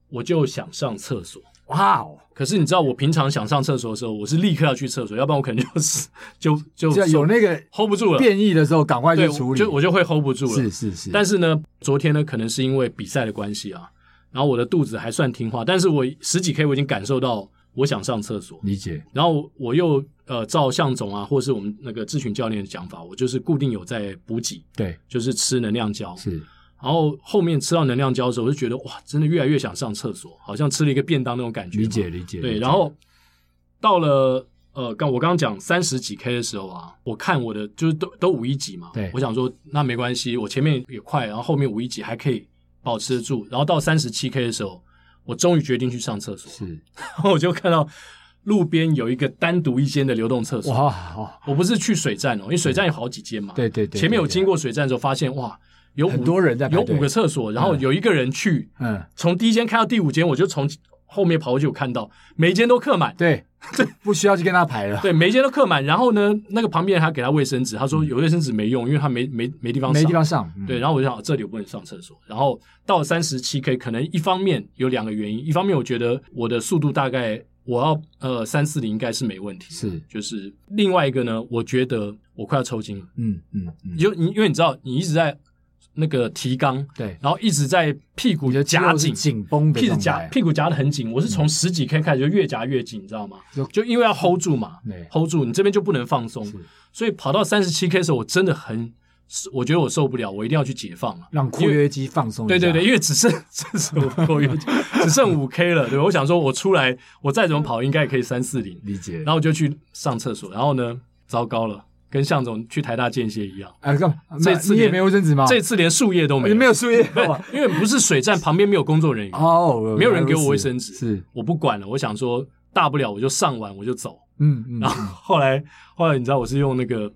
Speaker 1: 我就想上厕所。
Speaker 2: 哇哦，
Speaker 1: 可是你知道，我平常想上厕所的时候，我是立刻要去厕所，要不然我可能就是就就
Speaker 2: 这有那个
Speaker 1: hold 不住了，
Speaker 2: 变异的时候，赶快
Speaker 1: 对，
Speaker 2: 去处
Speaker 1: 我
Speaker 2: 理。
Speaker 1: 就我就会 hold 不住了。
Speaker 2: 是是是，
Speaker 1: 但是呢，昨天呢，可能是因为比赛的关系啊，然后我的肚子还算听话，但是我十几 K 我已经感受到我想上厕所，
Speaker 2: 理解
Speaker 1: 然后我又呃照向总啊，或是我们那个咨询教练的讲法，我就是固定有在补给，
Speaker 2: 对
Speaker 1: 就是吃能量胶，
Speaker 2: 是
Speaker 1: 然后后面吃到能量胶的时候，我就觉得哇，真的越来越想上厕所，好像吃了一个便当那种感觉嘛，
Speaker 2: 理解理解。理
Speaker 1: 对，
Speaker 2: 解
Speaker 1: 然后到了呃，刚我刚刚讲三十几 K 的时候啊，我看我的就是都都五一几嘛，
Speaker 2: 对
Speaker 1: 我想说那没关系，我前面也快，然后后面五一几还可以保持得住，然后到三十七 K 的时候，我终于决定去上厕所，
Speaker 2: 是
Speaker 1: 然后我就看到路边有一个单独一间的流动厕所，
Speaker 2: 哇哦，
Speaker 1: 我不是去水站哦，因为水站有好几间嘛，
Speaker 2: 对对对，
Speaker 1: 前面有
Speaker 2: 对
Speaker 1: 经，过水站的时候发现哇，有五
Speaker 2: 很多人在排
Speaker 1: 有
Speaker 2: 队嗯
Speaker 1: 五个厕所，然后有一个人去，
Speaker 2: 对嗯，
Speaker 1: 从第一间看到第五间，我就从后面跑过去，我看到每一间都客满。
Speaker 2: 对，不需要去跟他排了，
Speaker 1: 对，每一间都客满。然后呢，那个旁边还给他卫生纸，他说有卫生纸没用，因为他没没没地方上。
Speaker 2: 嗯 没地方上。嗯
Speaker 1: 对，然后我就想这里我不能上厕所。然后到三十七 K，可能一方面有两个原因，一方面我觉得我的速度大概我要呃三四零应该是没问题，
Speaker 2: 是
Speaker 1: 就是另外一个呢，我觉得我快要抽筋了，
Speaker 2: 嗯嗯嗯，
Speaker 1: 就你因为你知道你一直在那个提肛，
Speaker 2: 对，
Speaker 1: 然后一直在屁股
Speaker 2: 你的肌
Speaker 1: 夹
Speaker 2: 肉是
Speaker 1: 紧。
Speaker 2: 紧绷的
Speaker 1: 屁股
Speaker 2: 状
Speaker 1: 夹
Speaker 2: 态，嗯
Speaker 1: 屁股夹的很紧，我是从十几 K 开始就越夹越紧，你知道吗
Speaker 2: 就？嗯
Speaker 1: 就因为要 hold 住嘛
Speaker 2: 对
Speaker 1: ，hold 住，你这边就不能放松
Speaker 2: 是，
Speaker 1: 所以跑到三十七 K 的时候，我真的很，我觉得我受不了，我一定要去解放了。
Speaker 2: 让括约肌放松一下。
Speaker 1: 对对对，，因为只剩 只剩五括约肌只剩五 K 了，对吧，我想说我出来，我再怎么跑，应该也可以三四零，
Speaker 2: 理解。
Speaker 1: 然后我就去上厕所，然后呢，糟糕了，跟向总去台大间歇一样，
Speaker 2: 啊，干嘛？
Speaker 1: 这
Speaker 2: 那
Speaker 1: 次
Speaker 2: 你也
Speaker 1: 连
Speaker 2: 没有卫生纸吗？哦
Speaker 1: 这次连树叶都没
Speaker 2: 啊你
Speaker 1: 有，
Speaker 2: 没有输液
Speaker 1: 不是，因为不是水站旁边没有工作人员，
Speaker 2: 哦，
Speaker 1: 没有人
Speaker 2: 原来
Speaker 1: 给
Speaker 2: 如
Speaker 1: 我卫
Speaker 2: 此
Speaker 1: 生纸
Speaker 2: 是，
Speaker 1: 我不管了，我想说大不了我就上完我就走。
Speaker 2: 嗯嗯
Speaker 1: 然，后后来后来你知道我是用那个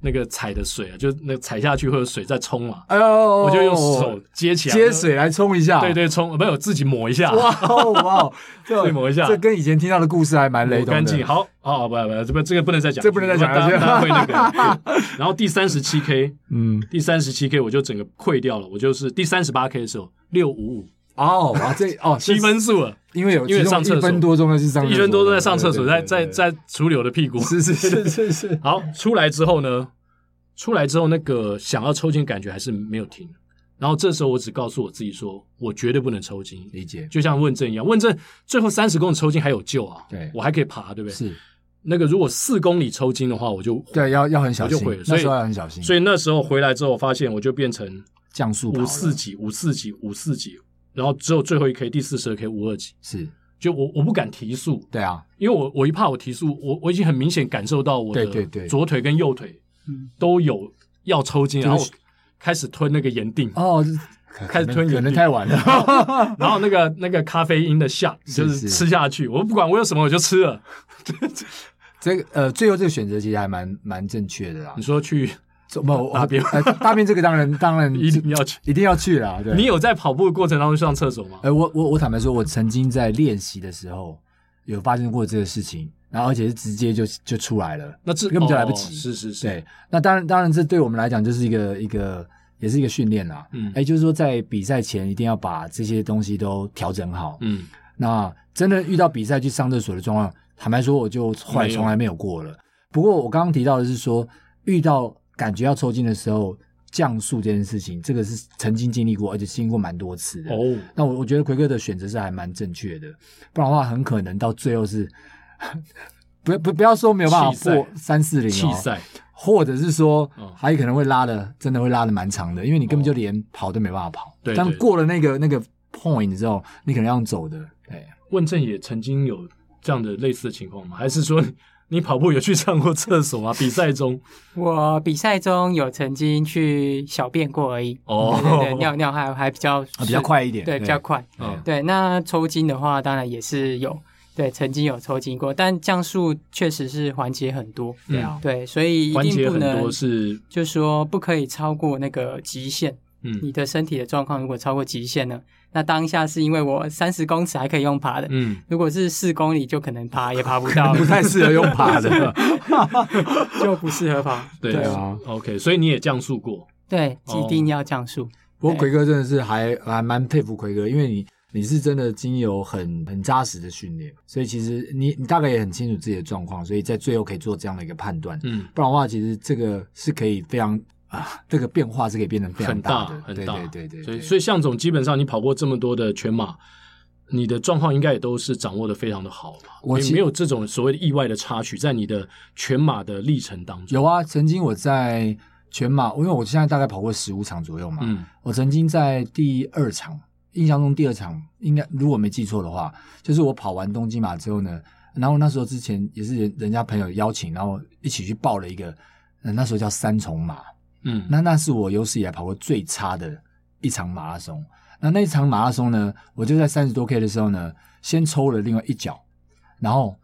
Speaker 1: 那个踩的水啊，就是那踩下去会有水在冲嘛，
Speaker 2: 哎呦，我
Speaker 1: 我就用手接起来
Speaker 2: 接，水来冲一下。
Speaker 1: 对，对冲，没有自己抹一下，
Speaker 2: 啊哇哦哇哦，
Speaker 1: 自己
Speaker 2: 这
Speaker 1: 抹一下
Speaker 2: 这跟以前听到的故事还蛮雷
Speaker 1: 抹
Speaker 2: 同的。
Speaker 1: 干净。好，好，不不，这不这个不能再讲，
Speaker 2: 这不能再讲
Speaker 1: 大家
Speaker 2: 了
Speaker 1: 大家会那个。对然后第三十七 K，
Speaker 2: 嗯，
Speaker 1: 第三十七 K 我就整个溃掉了，我就是第三十八 K 的时候六五五
Speaker 2: 哦，哇，这 哦
Speaker 1: 七，分数了。
Speaker 2: 这因为有
Speaker 1: 因为
Speaker 2: 其中
Speaker 1: 上厕所
Speaker 2: 一分多钟的是上厕所，
Speaker 1: 一人都在上厕所，
Speaker 2: 对
Speaker 1: 在
Speaker 2: 对
Speaker 1: 在
Speaker 2: 对
Speaker 1: 在楚柳的屁股，
Speaker 2: 是是是是是，
Speaker 1: 好，出来之后呢，出来之后那个想要抽筋的感觉还是没有停。然后这时候我只告诉我自己说，我绝对不能抽筋，
Speaker 2: 理解
Speaker 1: 就像问政一样，问政最后三十公里抽筋还有救啊，
Speaker 2: 对
Speaker 1: 我还可以爬，对不对？
Speaker 2: 是，
Speaker 1: 那个如果四公里抽筋的话，我就
Speaker 2: 对，要要很小
Speaker 1: 我就
Speaker 2: 心
Speaker 1: 毁了，所
Speaker 2: 那
Speaker 1: 以
Speaker 2: 时候要很小心，
Speaker 1: 所
Speaker 2: 以
Speaker 1: 以那时候回来之后，我发现我就变成
Speaker 2: 降速跑
Speaker 1: 五
Speaker 2: 了
Speaker 1: 四级、五四级、五四级，然后只有最后一 K 第四十二 K 五二级，
Speaker 2: 是，
Speaker 1: 就我我不敢提速，
Speaker 2: 对啊，
Speaker 1: 因为我我一怕我提速，我我已经很明显感受到我的
Speaker 2: 对对对
Speaker 1: 左腿跟右腿
Speaker 3: 嗯
Speaker 1: 都有要抽筋，
Speaker 2: 就是
Speaker 1: 然后我开始吞那个盐定，
Speaker 2: 哦，可
Speaker 1: 开始吞
Speaker 2: 可
Speaker 1: 眼
Speaker 2: 能
Speaker 1: 力
Speaker 2: 太晚了，
Speaker 1: 然后那个那个咖啡因的下
Speaker 2: 是
Speaker 1: 就是
Speaker 2: 是
Speaker 1: 吃下去，我不管我有什么我就吃了。
Speaker 2: 这个呃，最后这个选择其实还蛮蛮正确的啦
Speaker 1: 你。说去
Speaker 2: 这不，我
Speaker 1: 嗯大便
Speaker 2: 呃大便这个当然当然
Speaker 1: 一定要去，
Speaker 2: 一定要去啦，对。
Speaker 1: 你有在跑步的过程当中上厕所吗？
Speaker 2: 呃，我我我坦白说，我曾经在练习的时候有发生过这个事情，然后而且是直接就就出来了。
Speaker 1: 那这
Speaker 2: 根本就来不
Speaker 1: 哦
Speaker 2: 及
Speaker 1: 是是是，
Speaker 2: 对，那当然当然，这对我们来讲就是一个一个也是一个训练啦。
Speaker 1: 嗯
Speaker 2: 哎，就是说在比赛前一定要把这些东西都调整好。
Speaker 1: 嗯，
Speaker 2: 那真的遇到比赛去上厕所的状况，坦白说，我就后来
Speaker 1: 没有
Speaker 2: 从来没有过了。不过我刚刚提到的是说，遇到感觉要抽筋的时候，降速这件事情，这个是曾经经历过，而且经历过蛮多次的。
Speaker 1: 哦，
Speaker 2: 那我我觉得奎哥的选择是还蛮正确的，不然的话很可能到最后是， 不不不要说没有办
Speaker 1: 弃
Speaker 2: 法
Speaker 1: 赛
Speaker 2: 破三四零哦
Speaker 1: 弃赛，
Speaker 2: 或者是说
Speaker 1: 哦
Speaker 2: 还可能会拉的，真的会拉的蛮长的，因为你根本就连跑都没办法跑。
Speaker 1: 对
Speaker 2: 但
Speaker 1: 对
Speaker 2: 哎过了那个那个 point 之后，你可能要用走的。对，
Speaker 1: 问政也曾经有这样的类似的情况吗？还是说你你跑步有去上过厕所吗？比赛 中
Speaker 3: 我比赛中有曾经去小便过而已，
Speaker 1: 哦
Speaker 3: 对对对尿尿还还比较
Speaker 2: 啊比较快一
Speaker 3: 顺，
Speaker 2: 点，
Speaker 3: 对，比较快。
Speaker 1: 嗯
Speaker 3: 对，那抽筋的话，当然也是有，对，曾经有抽筋过，但降速确实是缓解很多，
Speaker 1: 嗯
Speaker 3: 对，所以一
Speaker 1: 环
Speaker 3: 定
Speaker 1: 节
Speaker 3: 不
Speaker 1: 很
Speaker 3: 能
Speaker 1: 多，是
Speaker 3: 就说不可以超过那个极限。
Speaker 1: 嗯
Speaker 3: 你的身体的状况如果超过极限呢，那当下是因为我三十公尺还可以用爬的，
Speaker 1: 嗯
Speaker 3: 如果是四公里就可能爬也 爬不到，
Speaker 2: 啊不太适合用爬的。
Speaker 3: 就不适合爬。
Speaker 1: 嗯对
Speaker 2: 对啊
Speaker 1: ，OK，所以你也降速过，
Speaker 3: 对，
Speaker 1: 哦
Speaker 3: 一定要降速。
Speaker 2: 不过奎哥真的是还还蛮佩服奎哥，因为你你是真的经由很很扎实的训练，所以其实你你大概也很清楚自己的状况，所以在最后可以做这样的一个判断。
Speaker 1: 嗯，
Speaker 2: 不然的话，其实这个是可以非常啊，这个变化是可以变成非常
Speaker 1: 很大
Speaker 2: 的，
Speaker 1: 很
Speaker 2: 对
Speaker 1: 大，
Speaker 2: 对对对。
Speaker 1: 所以
Speaker 2: 对
Speaker 1: 所以向总基本上你跑过这么多的全马，你的状况应该也都是掌握的非常的好嘛，
Speaker 2: 我
Speaker 1: 也
Speaker 2: 其
Speaker 1: 没有这种所谓的意外的插曲在你的全马的历程当中。
Speaker 2: 有啊，曾经我在全马，因为我现在大概跑过十五场左右嘛，
Speaker 1: 嗯
Speaker 2: 我曾经在第二场，印象中第二场应该如果没记错的话，就是我跑完东京马之后呢，然后那时候之前也是人人家朋友邀请，然后一起去报了一个，呃那时候叫三重马，
Speaker 1: 嗯，
Speaker 2: 那那是我有史以来跑过最差的一场马拉松。那那一场马拉松呢，我就在三十多 K 的时候呢，先抽了另外一脚，然后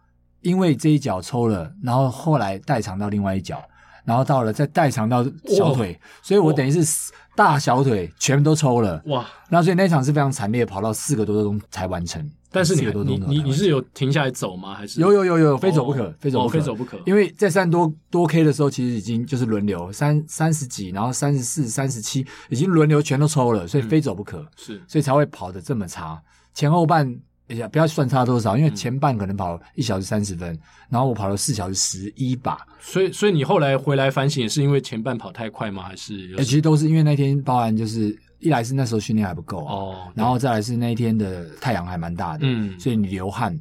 Speaker 2: 因为这一脚抽了，然后后来代偿到另外一脚，然后到了再代偿到小腿，所以我等于是大小腿全都抽了。
Speaker 1: 哇！
Speaker 2: 那所以那一场是非常惨烈，跑到四个多钟才完成。
Speaker 1: 但是你
Speaker 2: 四个多
Speaker 1: 你
Speaker 2: 钟头才
Speaker 1: 你你
Speaker 2: 完成
Speaker 1: 是有停下来走吗？还是
Speaker 2: 有有有有非走不可，
Speaker 1: 哦
Speaker 2: 非走
Speaker 1: 哦
Speaker 2: 不可，
Speaker 1: 非走不可，
Speaker 2: 因为在三多多 K 的时候，其实已经就是轮流三三十几，然后三十四、三十七，已经轮流全都抽了，所以非走不可，
Speaker 1: 是
Speaker 2: 所以才会跑得这么差。前后半也不要算差多
Speaker 1: 嗯
Speaker 2: 少，因为前半可能跑一小时三十分，然后我跑了四小时十一吧，
Speaker 1: 所以所以你后来回来反省，也是因为前半跑太快吗？还是有
Speaker 2: 哎，其实都是因为那天包含就是一来是那时候训练还不够啊，
Speaker 1: 哦，
Speaker 2: 然后再来是那一天的太阳还蛮大的，
Speaker 1: 嗯
Speaker 2: 所以你流汗，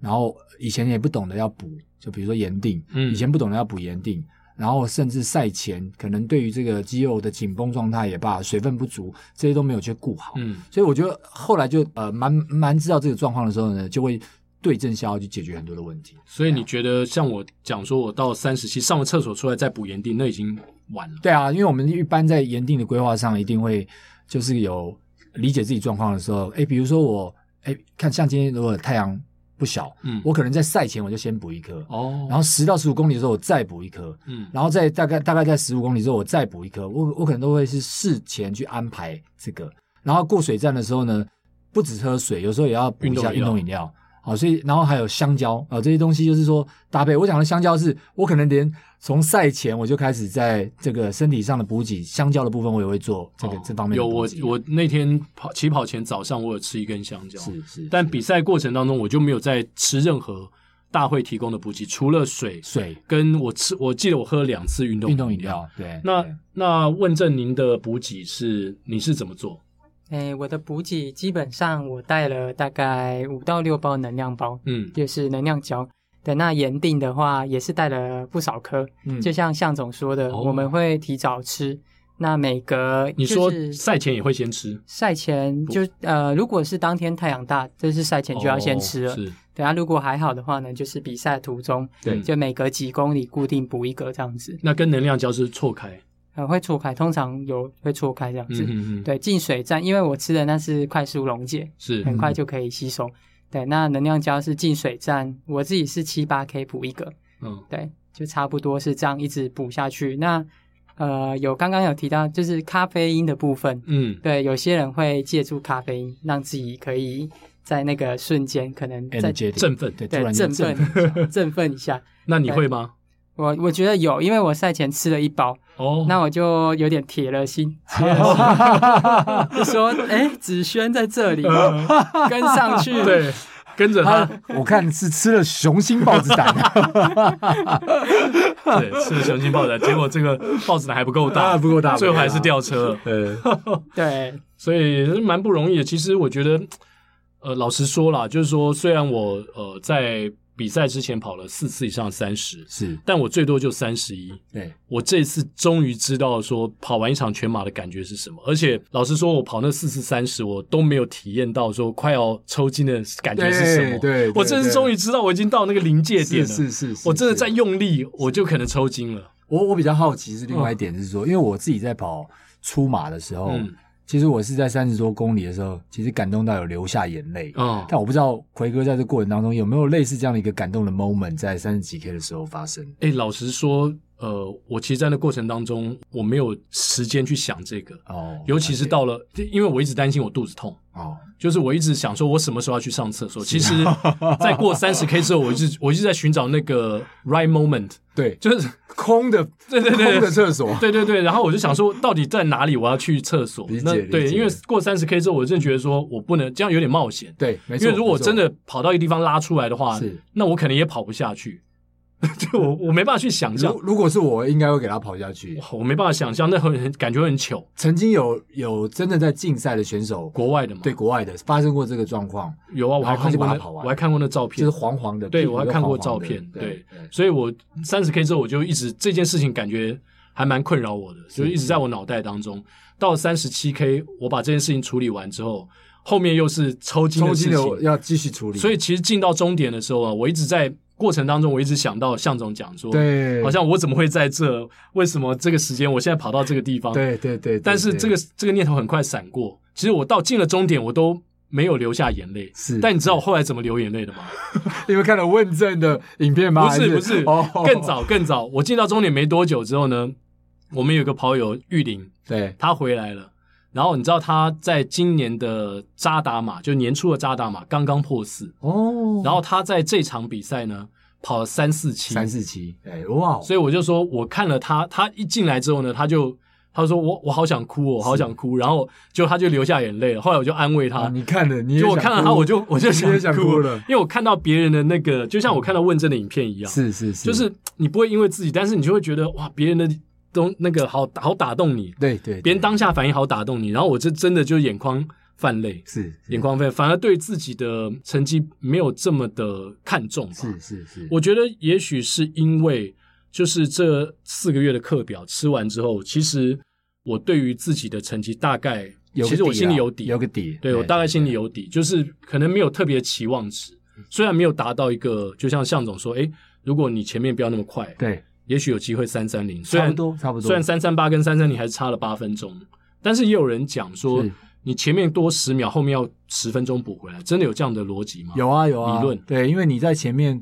Speaker 2: 然后以前也不懂得要补，就比如说盐定，
Speaker 1: 嗯
Speaker 2: 以前不懂得要补盐定，然后甚至赛前可能对于这个肌肉的紧绷状态也罢，水分不足这些都没有去顾好，
Speaker 1: 嗯
Speaker 2: 所以我觉得后来就呃蛮蛮知道这个状况的时候呢，就会对症下药去解决很多的问题。
Speaker 1: 所以你觉得像我讲说，我到三十七上完厕所出来再补盐定，那已经晚了。
Speaker 2: 对啊，因为我们一般在严定的规划上，一定会就是有理解自己状况的时候，诶，比如说我，诶，看像今天如果太阳不小，
Speaker 1: 嗯
Speaker 2: 我可能在赛前我就先补一颗，
Speaker 1: 哦，
Speaker 2: 然后十到十五公里的时候我再补一颗，
Speaker 1: 嗯
Speaker 2: 然后在大概大概在十五公里之后我再补一颗，我我可能都会是事前去安排这个，然后过水站的时候呢，不止喝水，有时候也要补一下
Speaker 1: 运
Speaker 2: 运
Speaker 1: 动
Speaker 2: 动饮料。好，所以然后还有香蕉啊、这些东西，就是说搭配。我讲的香蕉是，我可能连从赛前我就开始在这个身体上的补给，香蕉的部分我也会做这个、
Speaker 1: 哦
Speaker 2: 这方面的
Speaker 1: 有我
Speaker 2: 补给
Speaker 1: 我那天跑起跑前早上我有吃一根香蕉，
Speaker 2: 是是，
Speaker 1: 但比赛过程当中我就没有再吃任何大会提供的补给，除了水
Speaker 2: 水
Speaker 1: 跟我吃，我记得我喝了两次运动
Speaker 2: 运动饮。料，对，
Speaker 1: 那
Speaker 2: 对
Speaker 1: 那问政您的补给是你是怎么做？
Speaker 3: 哎，我的补给基本上我带了大概五到六包能量包，
Speaker 1: 嗯
Speaker 3: 就是能量胶。对，那盐定的话也是带了不少颗，
Speaker 2: 嗯
Speaker 3: 就像向总说的，
Speaker 1: 哦
Speaker 3: 我们会提早吃。那每隔
Speaker 1: 你说
Speaker 3: 就是
Speaker 1: 赛前也会先吃，
Speaker 3: 赛前就呃，如果是当天太阳大，这是赛前就要先吃了。
Speaker 1: 哦是
Speaker 3: 对啊，如果还好的话呢，就是比赛途中，
Speaker 1: 对
Speaker 3: 就每隔几公里固定补一个这样子，
Speaker 1: 那跟能量胶是错开，
Speaker 3: 呃，会错开，通常有会错开这样子。
Speaker 1: 嗯嗯，
Speaker 3: 对，进水站，因为我吃的那是快速溶解，
Speaker 1: 是
Speaker 3: 很快就可以吸收。对，那能量胶是进水站，我自己是七八 K 补一个，
Speaker 1: 嗯
Speaker 3: 对，就差不多是这样一直补下去。那呃，有刚刚有提到就是咖啡因的部分，
Speaker 1: 嗯，
Speaker 3: 对，有些人会借助咖啡因，让自己可以在那个瞬间可能在
Speaker 2: energetic
Speaker 1: 振奋
Speaker 2: 对，突
Speaker 3: 对
Speaker 2: 然间
Speaker 3: 振
Speaker 2: 振
Speaker 3: 奋
Speaker 2: 奋一下
Speaker 3: 振奋一下。
Speaker 1: 那你会吗？
Speaker 3: 我我觉得有，因为我赛前吃了一包，
Speaker 1: 哦，
Speaker 3: 那我就有点铁 了心， 铁了心就说：“哎、子轩在这里，
Speaker 2: 嗯
Speaker 3: 跟上 去。”
Speaker 1: 对，跟着他
Speaker 2: 他，啊我看是吃了雄心豹子胆。啊
Speaker 1: 对，吃了雄心豹子胆，结果这个豹子胆还不够大，
Speaker 2: 啊不够大
Speaker 1: 最后还是掉车了，
Speaker 2: 对，
Speaker 3: 对
Speaker 1: 所以蛮不容易的。其实我觉得，呃，老实说啦，就是说，虽然我呃在比赛之前跑了四次以上三十，
Speaker 2: 是
Speaker 1: 但我最多就三十一。
Speaker 2: 对，
Speaker 1: 我这次终于知道说跑完一场全马的感觉是什么，而且老实说，我跑那四次三十，我都没有体验到说快要抽筋的感觉是什么。
Speaker 2: 对对
Speaker 1: 我这次
Speaker 2: 对
Speaker 1: 终于知道我已经到那个临界点
Speaker 2: 是
Speaker 1: 了。
Speaker 2: 是是是，
Speaker 1: 我真的
Speaker 2: 是
Speaker 1: 再用力，我就可能抽筋了。
Speaker 2: 我我比较好奇是另外一点是说，因为我自己在跑出马的时候，
Speaker 1: 哦嗯
Speaker 2: 其实我是在三十多公里的时候，其实感动到有流下眼泪。
Speaker 1: 嗯，
Speaker 2: 但我不知道奎哥在这过程当中有没有类似这样的一个感动的 moment，在三十几 K 的时候发生。
Speaker 1: 哎，老实说，呃，我其实，在那过程当中，我没有时间去想这个，
Speaker 2: 哦，
Speaker 1: 尤其是到了，因为我一直担心我肚子痛。
Speaker 2: 哦，
Speaker 1: 就是我一直想说，我什么时候要去上厕所？其实，
Speaker 2: 啊
Speaker 1: 在过三十 K 之后，我一直我一直在寻找那个 right moment，
Speaker 2: 对，
Speaker 1: 就是
Speaker 2: 空的，
Speaker 1: 对对对
Speaker 2: 空的厕所，
Speaker 1: 对对对，然后我就想说，到底在哪里我要去厕所
Speaker 2: 理解？
Speaker 1: 那
Speaker 2: 理解
Speaker 1: 对，因为过三十 K 之后，我真的觉得说我不能这样，有点冒险。
Speaker 2: 对，没错。
Speaker 1: 因为如果
Speaker 2: 没
Speaker 1: 我
Speaker 2: 错
Speaker 1: 真的啊跑到一个地方拉出来的话
Speaker 2: 是，
Speaker 1: 那我可能也跑不下去。 就我我没办法去想象
Speaker 2: 如，如果是我，应该会给他跑下去。
Speaker 1: 我没办法想象，那很很感觉很糗。
Speaker 2: 曾经有有真的在竞赛的选手，
Speaker 1: 国外的嘛，
Speaker 2: 对国外的发生过这个状况，
Speaker 1: 有啊，我
Speaker 2: 然
Speaker 1: 还
Speaker 2: 后
Speaker 1: 看
Speaker 2: 就
Speaker 1: 过
Speaker 2: 把
Speaker 1: 那
Speaker 2: 它跑完
Speaker 1: 我还看过那照
Speaker 2: 就
Speaker 1: 片
Speaker 2: 是，黄黄的，
Speaker 1: 对
Speaker 2: 屁股
Speaker 1: 我还
Speaker 2: 都
Speaker 1: 看过
Speaker 2: 黄黄
Speaker 1: 照
Speaker 2: 的
Speaker 1: 片，对
Speaker 2: 对，
Speaker 1: 所以我三十 K 之后，我就一直这件事情感觉还蛮困扰我的，就是一直
Speaker 2: 嗯
Speaker 1: 在我脑袋当中。到三十七 K，我把这件事情处理完之后，后面又是抽筋
Speaker 2: 抽
Speaker 1: 的
Speaker 2: 筋
Speaker 1: 事
Speaker 2: 的
Speaker 1: 情，
Speaker 2: 要继续处理，
Speaker 1: 所以其实进到终点的时候啊，我一直在过程当中，我一直想到向总讲说，
Speaker 2: 对，
Speaker 1: 好像我怎么会在这？为什么这个时间我现在跑到这个地方？，
Speaker 2: 对对对，对
Speaker 1: 但是
Speaker 2: 对
Speaker 1: 这个这个念头很快闪过。其实我到进了终点，我都没有流下眼泪。
Speaker 2: 是
Speaker 1: 但你知道我后来怎么流眼泪 的吗？
Speaker 2: 因为看了问政的影片吗？
Speaker 1: 不是
Speaker 2: 还哦
Speaker 1: 不是，更，早更早。我进到终点没多久之后呢，我们有一个跑友玉林，
Speaker 2: 对，
Speaker 1: 他回来了。然后你知道他在今年的扎达马，就年初的扎达马刚刚破四，
Speaker 2: 哦，
Speaker 1: 然后他在这场比赛呢跑了三四七，
Speaker 2: 三四七，哎，哇，
Speaker 1: 所以我就说，我看了他，他一进来之后呢，他就他说我我好想哭、哦，我好想哭，然后就他就流下眼泪了。后来我就安慰他，
Speaker 2: 啊你看了，你也
Speaker 1: 就我
Speaker 2: 想
Speaker 1: 看了
Speaker 2: 哭
Speaker 1: 他，我就我就
Speaker 2: 你也想哭
Speaker 1: 哭
Speaker 2: 了
Speaker 1: 因为我看到别人的那个，就像我看到问政的影片一样，
Speaker 2: 是是是，
Speaker 1: 啊就是你不会因为自己，但是你就会觉得哇，别人的东那个好好打动你，
Speaker 2: 对对，
Speaker 1: 别
Speaker 2: 对
Speaker 1: 人当下反应好打动你，然后我这真的就眼眶泛泪。
Speaker 2: 是是
Speaker 1: 眼眶泛，反而对自己的成绩没有这么的看重吧。
Speaker 2: 是是是，
Speaker 1: 我觉得也许是因为，就是这四个月的课表吃完之后，其实我对于自己的成绩大概，
Speaker 2: 有个
Speaker 1: 其实我
Speaker 2: 底
Speaker 1: 心里
Speaker 2: 啦
Speaker 1: 有底，
Speaker 2: 有个底，
Speaker 1: 对我嗯大概心里
Speaker 2: 有，
Speaker 1: 有底，就是可能没有特别期望值，虽然没有达到一个，就像向总说，诶，如果你前面不要那么快，
Speaker 2: 对，
Speaker 1: 也许有机会三三零，虽
Speaker 2: 差
Speaker 1: 然
Speaker 2: 不多差不多，
Speaker 1: 虽然三三八跟三三零还是差了八分钟，但是也有人讲说
Speaker 2: 是，
Speaker 1: 你前面多十秒，后面要十分钟补回来，真的有这样的逻辑吗？
Speaker 2: 有啊有啊，
Speaker 1: 理论
Speaker 2: 对，因为你在前面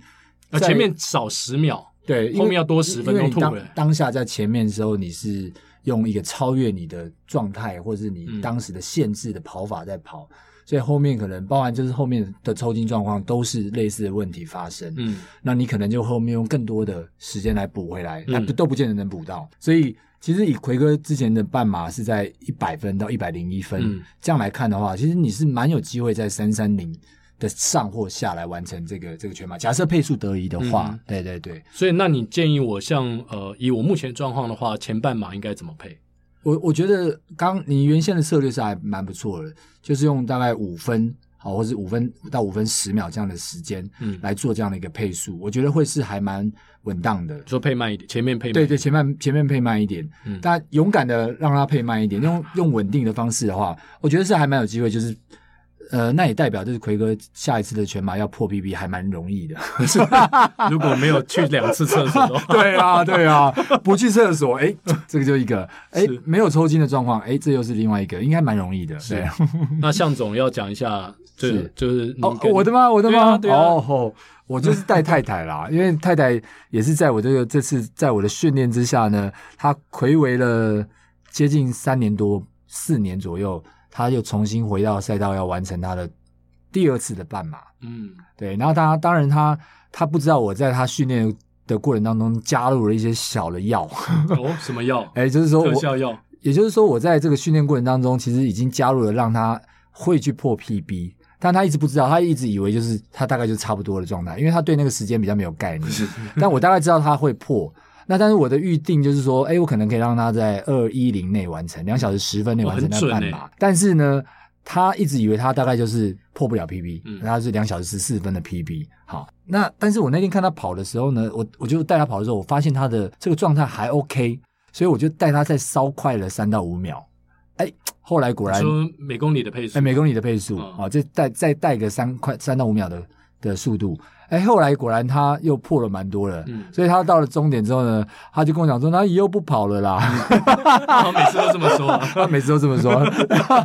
Speaker 1: 呃，
Speaker 2: 在
Speaker 1: 前面少十秒。
Speaker 2: 对，因为
Speaker 1: 后面要多10分钟
Speaker 2: 因为你
Speaker 1: 吐
Speaker 2: 当
Speaker 1: 回来
Speaker 2: 当下在前面的时候，你是用一个超越你的状态，或者是你
Speaker 1: 嗯
Speaker 2: 当时的限制的跑法在跑，所以后面可能包含就是后面的抽筋状况都是类似的问题发生。
Speaker 1: 嗯，
Speaker 2: 那你可能就后面用更多的时间来补回来，那
Speaker 1: 嗯
Speaker 2: 不都不见得能补到。所以其实以奎哥之前的半马是在一百分到一百零一分、
Speaker 1: 嗯
Speaker 2: 这样来看的话，其实你是蛮有机会在三三零。的上或下来完成这个这个全马，假设配速得宜的话，
Speaker 1: 嗯
Speaker 2: 对对对，
Speaker 1: 所以，那你建议我像呃，以我目前状况的话，前半马应该怎么配？
Speaker 2: 我我觉得刚你原先的策略是还蛮不错的，就是用大概五分好，或是五分到五分十秒这样的时间
Speaker 1: 嗯，
Speaker 2: 来做这样的一个配速，我觉得会是还蛮稳当的。
Speaker 1: 说配慢一点，前面配慢
Speaker 2: 对对，前面前面配慢一点
Speaker 1: 嗯，
Speaker 2: 但勇敢的让它配慢一点，用用稳定的方式的话，我觉得是还蛮有机会，就是。呃，那也代表就是奎哥下一次的全马要破 BB 还蛮容易的。
Speaker 1: 如果没有去两次厕所的话，
Speaker 2: 对啊，对啊，不去厕所，哎、这个就一个，哎、
Speaker 1: 是
Speaker 2: 没有抽筋的状况，哎、这又是另外一个，应该蛮容易的。对，
Speaker 1: 那向总要讲一下，就是
Speaker 2: 是
Speaker 1: 就是你
Speaker 2: 哦，
Speaker 1: 跟
Speaker 2: 我的吗？我的吗？
Speaker 1: 对啊对啊
Speaker 2: 哦吼，我就是带太太啦，因为太太也是在我这个这次在我的训练之下呢，她魁违了接近三年多四年左右，她又重新回到赛道，要完成她的第二次的半马。
Speaker 1: 嗯
Speaker 2: 对，然后她当然她她不知道我在她训练的过程当中加入了一些小的药，
Speaker 1: 哦什么药？
Speaker 2: 哎，就是说
Speaker 1: 特
Speaker 2: 我
Speaker 1: 效药
Speaker 2: 也就是说，我在这个训练过程当中，其实已经加入了让他会去破 PB，但他一直不知道，他一直以为就是他大概就差不多的状态，因为他对那个时间比较没有概念。但我大概知道他会破。那但是我的预定就是说，哎、我可能可以让他在二一零内完成，两小时十分内完成
Speaker 1: 哦
Speaker 2: 那
Speaker 1: 很准
Speaker 2: 半
Speaker 1: 欸
Speaker 2: 马。但是呢，他一直以为他大概就是破不了 PB，
Speaker 1: 嗯
Speaker 2: 然后他是两小时十四分的 PB。好，那但是我那天看他跑的时候呢，我我就带他跑的时候，我发现他的这个状态还 OK，所以我就带他再稍快了三到五秒。哎，后来果然
Speaker 1: 说每公里的配速，
Speaker 2: 哎，每公里的配速
Speaker 1: 嗯
Speaker 2: 啊，再带再带个三快三到五秒的的速度。哎，后来果然他又破了蛮多了，
Speaker 1: 嗯
Speaker 2: 所以他到了终点之后呢，他就跟我讲说，那以后不跑了
Speaker 1: 嗯
Speaker 2: 啦。
Speaker 1: 我每次都这么说啊、
Speaker 2: 他每次都这么说。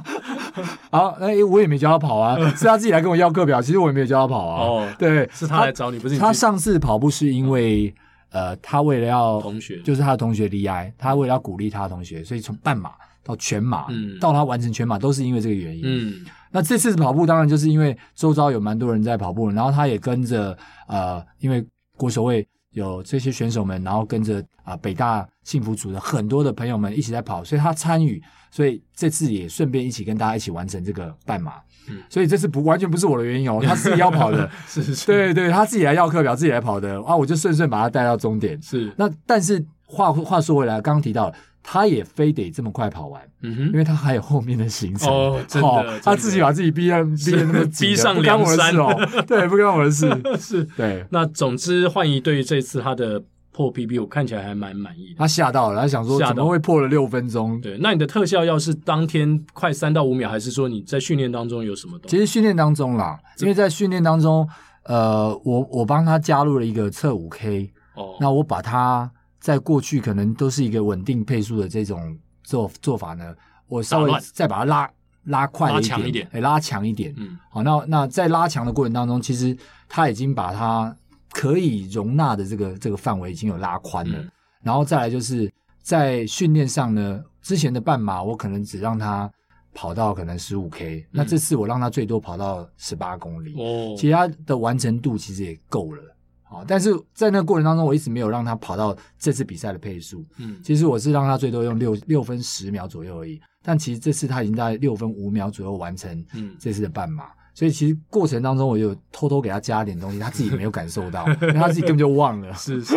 Speaker 2: 好，那、哎我也没叫他跑啊，是他自己来跟我要课表，其实我也没有叫他跑啊。
Speaker 1: 嗯哦，
Speaker 2: 对，
Speaker 1: 是他来找你，不是你
Speaker 2: 他
Speaker 1: 去
Speaker 2: 上次跑步是因为呃，他为了要
Speaker 1: 同学
Speaker 2: 就是他的同学离开，他为了要鼓励他的同学，所以从半马到全马，
Speaker 1: 嗯
Speaker 2: 到他完成全马都是因为这个原因。
Speaker 1: 嗯
Speaker 2: 那这次跑步当然就是因为周遭有蛮多人在跑步，然后他也跟着呃，因为国手会有这些选手们，然后跟着啊、北大幸福组的很多的朋友们一起在跑，所以他参与，所以这次也顺便一起跟大家一起完成这个半马。
Speaker 1: 嗯
Speaker 2: 所以这次不完全不是我的原因哦，他自己要跑的，
Speaker 1: 是是
Speaker 2: 对对，他自己来要课表，自己来跑的啊，我就顺顺把他带到终点。
Speaker 1: 是
Speaker 2: 那但是话话说回来，刚刚提到了，他也非得这么快跑完，
Speaker 1: 嗯
Speaker 2: 因
Speaker 1: 哼。
Speaker 2: 为他还有后面的行程。
Speaker 1: 哦，真的，
Speaker 2: 哦
Speaker 1: 真的
Speaker 2: 他自己把自己逼上逼得那么紧
Speaker 1: 逼
Speaker 2: 的
Speaker 1: 上
Speaker 2: 不干我的
Speaker 1: 梁
Speaker 2: 事
Speaker 1: 山
Speaker 2: 哦，对，不干我的事，
Speaker 1: 是。
Speaker 2: 对
Speaker 1: 那总之，幻怡对于这次他的破 PB，我看起来还蛮满意的。
Speaker 2: 他吓到了，他想说
Speaker 1: 吓到
Speaker 2: 怎么会破了六分钟？
Speaker 1: 对，那你的特效药是当天快三到五秒，还是说你在训练当中有什么东
Speaker 2: 其
Speaker 1: 西？
Speaker 2: 实训练当中啦，因为在训练当中，呃，我我帮他加入了一个测五 K，
Speaker 1: 哦，
Speaker 2: 那我把他在过去可能都是一个稳定配速的这种做做法呢，我稍
Speaker 1: 打
Speaker 2: 微
Speaker 1: 乱
Speaker 2: 再把它拉拉快了
Speaker 1: 拉强一
Speaker 2: 一
Speaker 1: 点
Speaker 2: 哎，拉强一点，
Speaker 1: 嗯
Speaker 2: 好，那那在拉强的过程当中，其实他已经把他可以容纳的这个这个范围已经有拉宽了。
Speaker 1: 嗯
Speaker 2: 然后再来就是在训练上呢，之前的半马我可能只让他跑到可能十五 K，、那这次我让他最多跑到十八公里，
Speaker 1: 嗯哦，
Speaker 2: 其他的完成度其实也够了。好，但是在那个过程当中，我一直没有让他跑到这次比赛的配速。
Speaker 1: 嗯，
Speaker 2: 其实我是让他最多用六六分十秒左右而已，但其实这次他已经在六分五秒左右完成
Speaker 1: 嗯
Speaker 2: 这次的半马，所以其实过程当中我有偷偷给他加一点东西，他自己没有感受 到，因为他自己根本就忘了。
Speaker 1: 是是。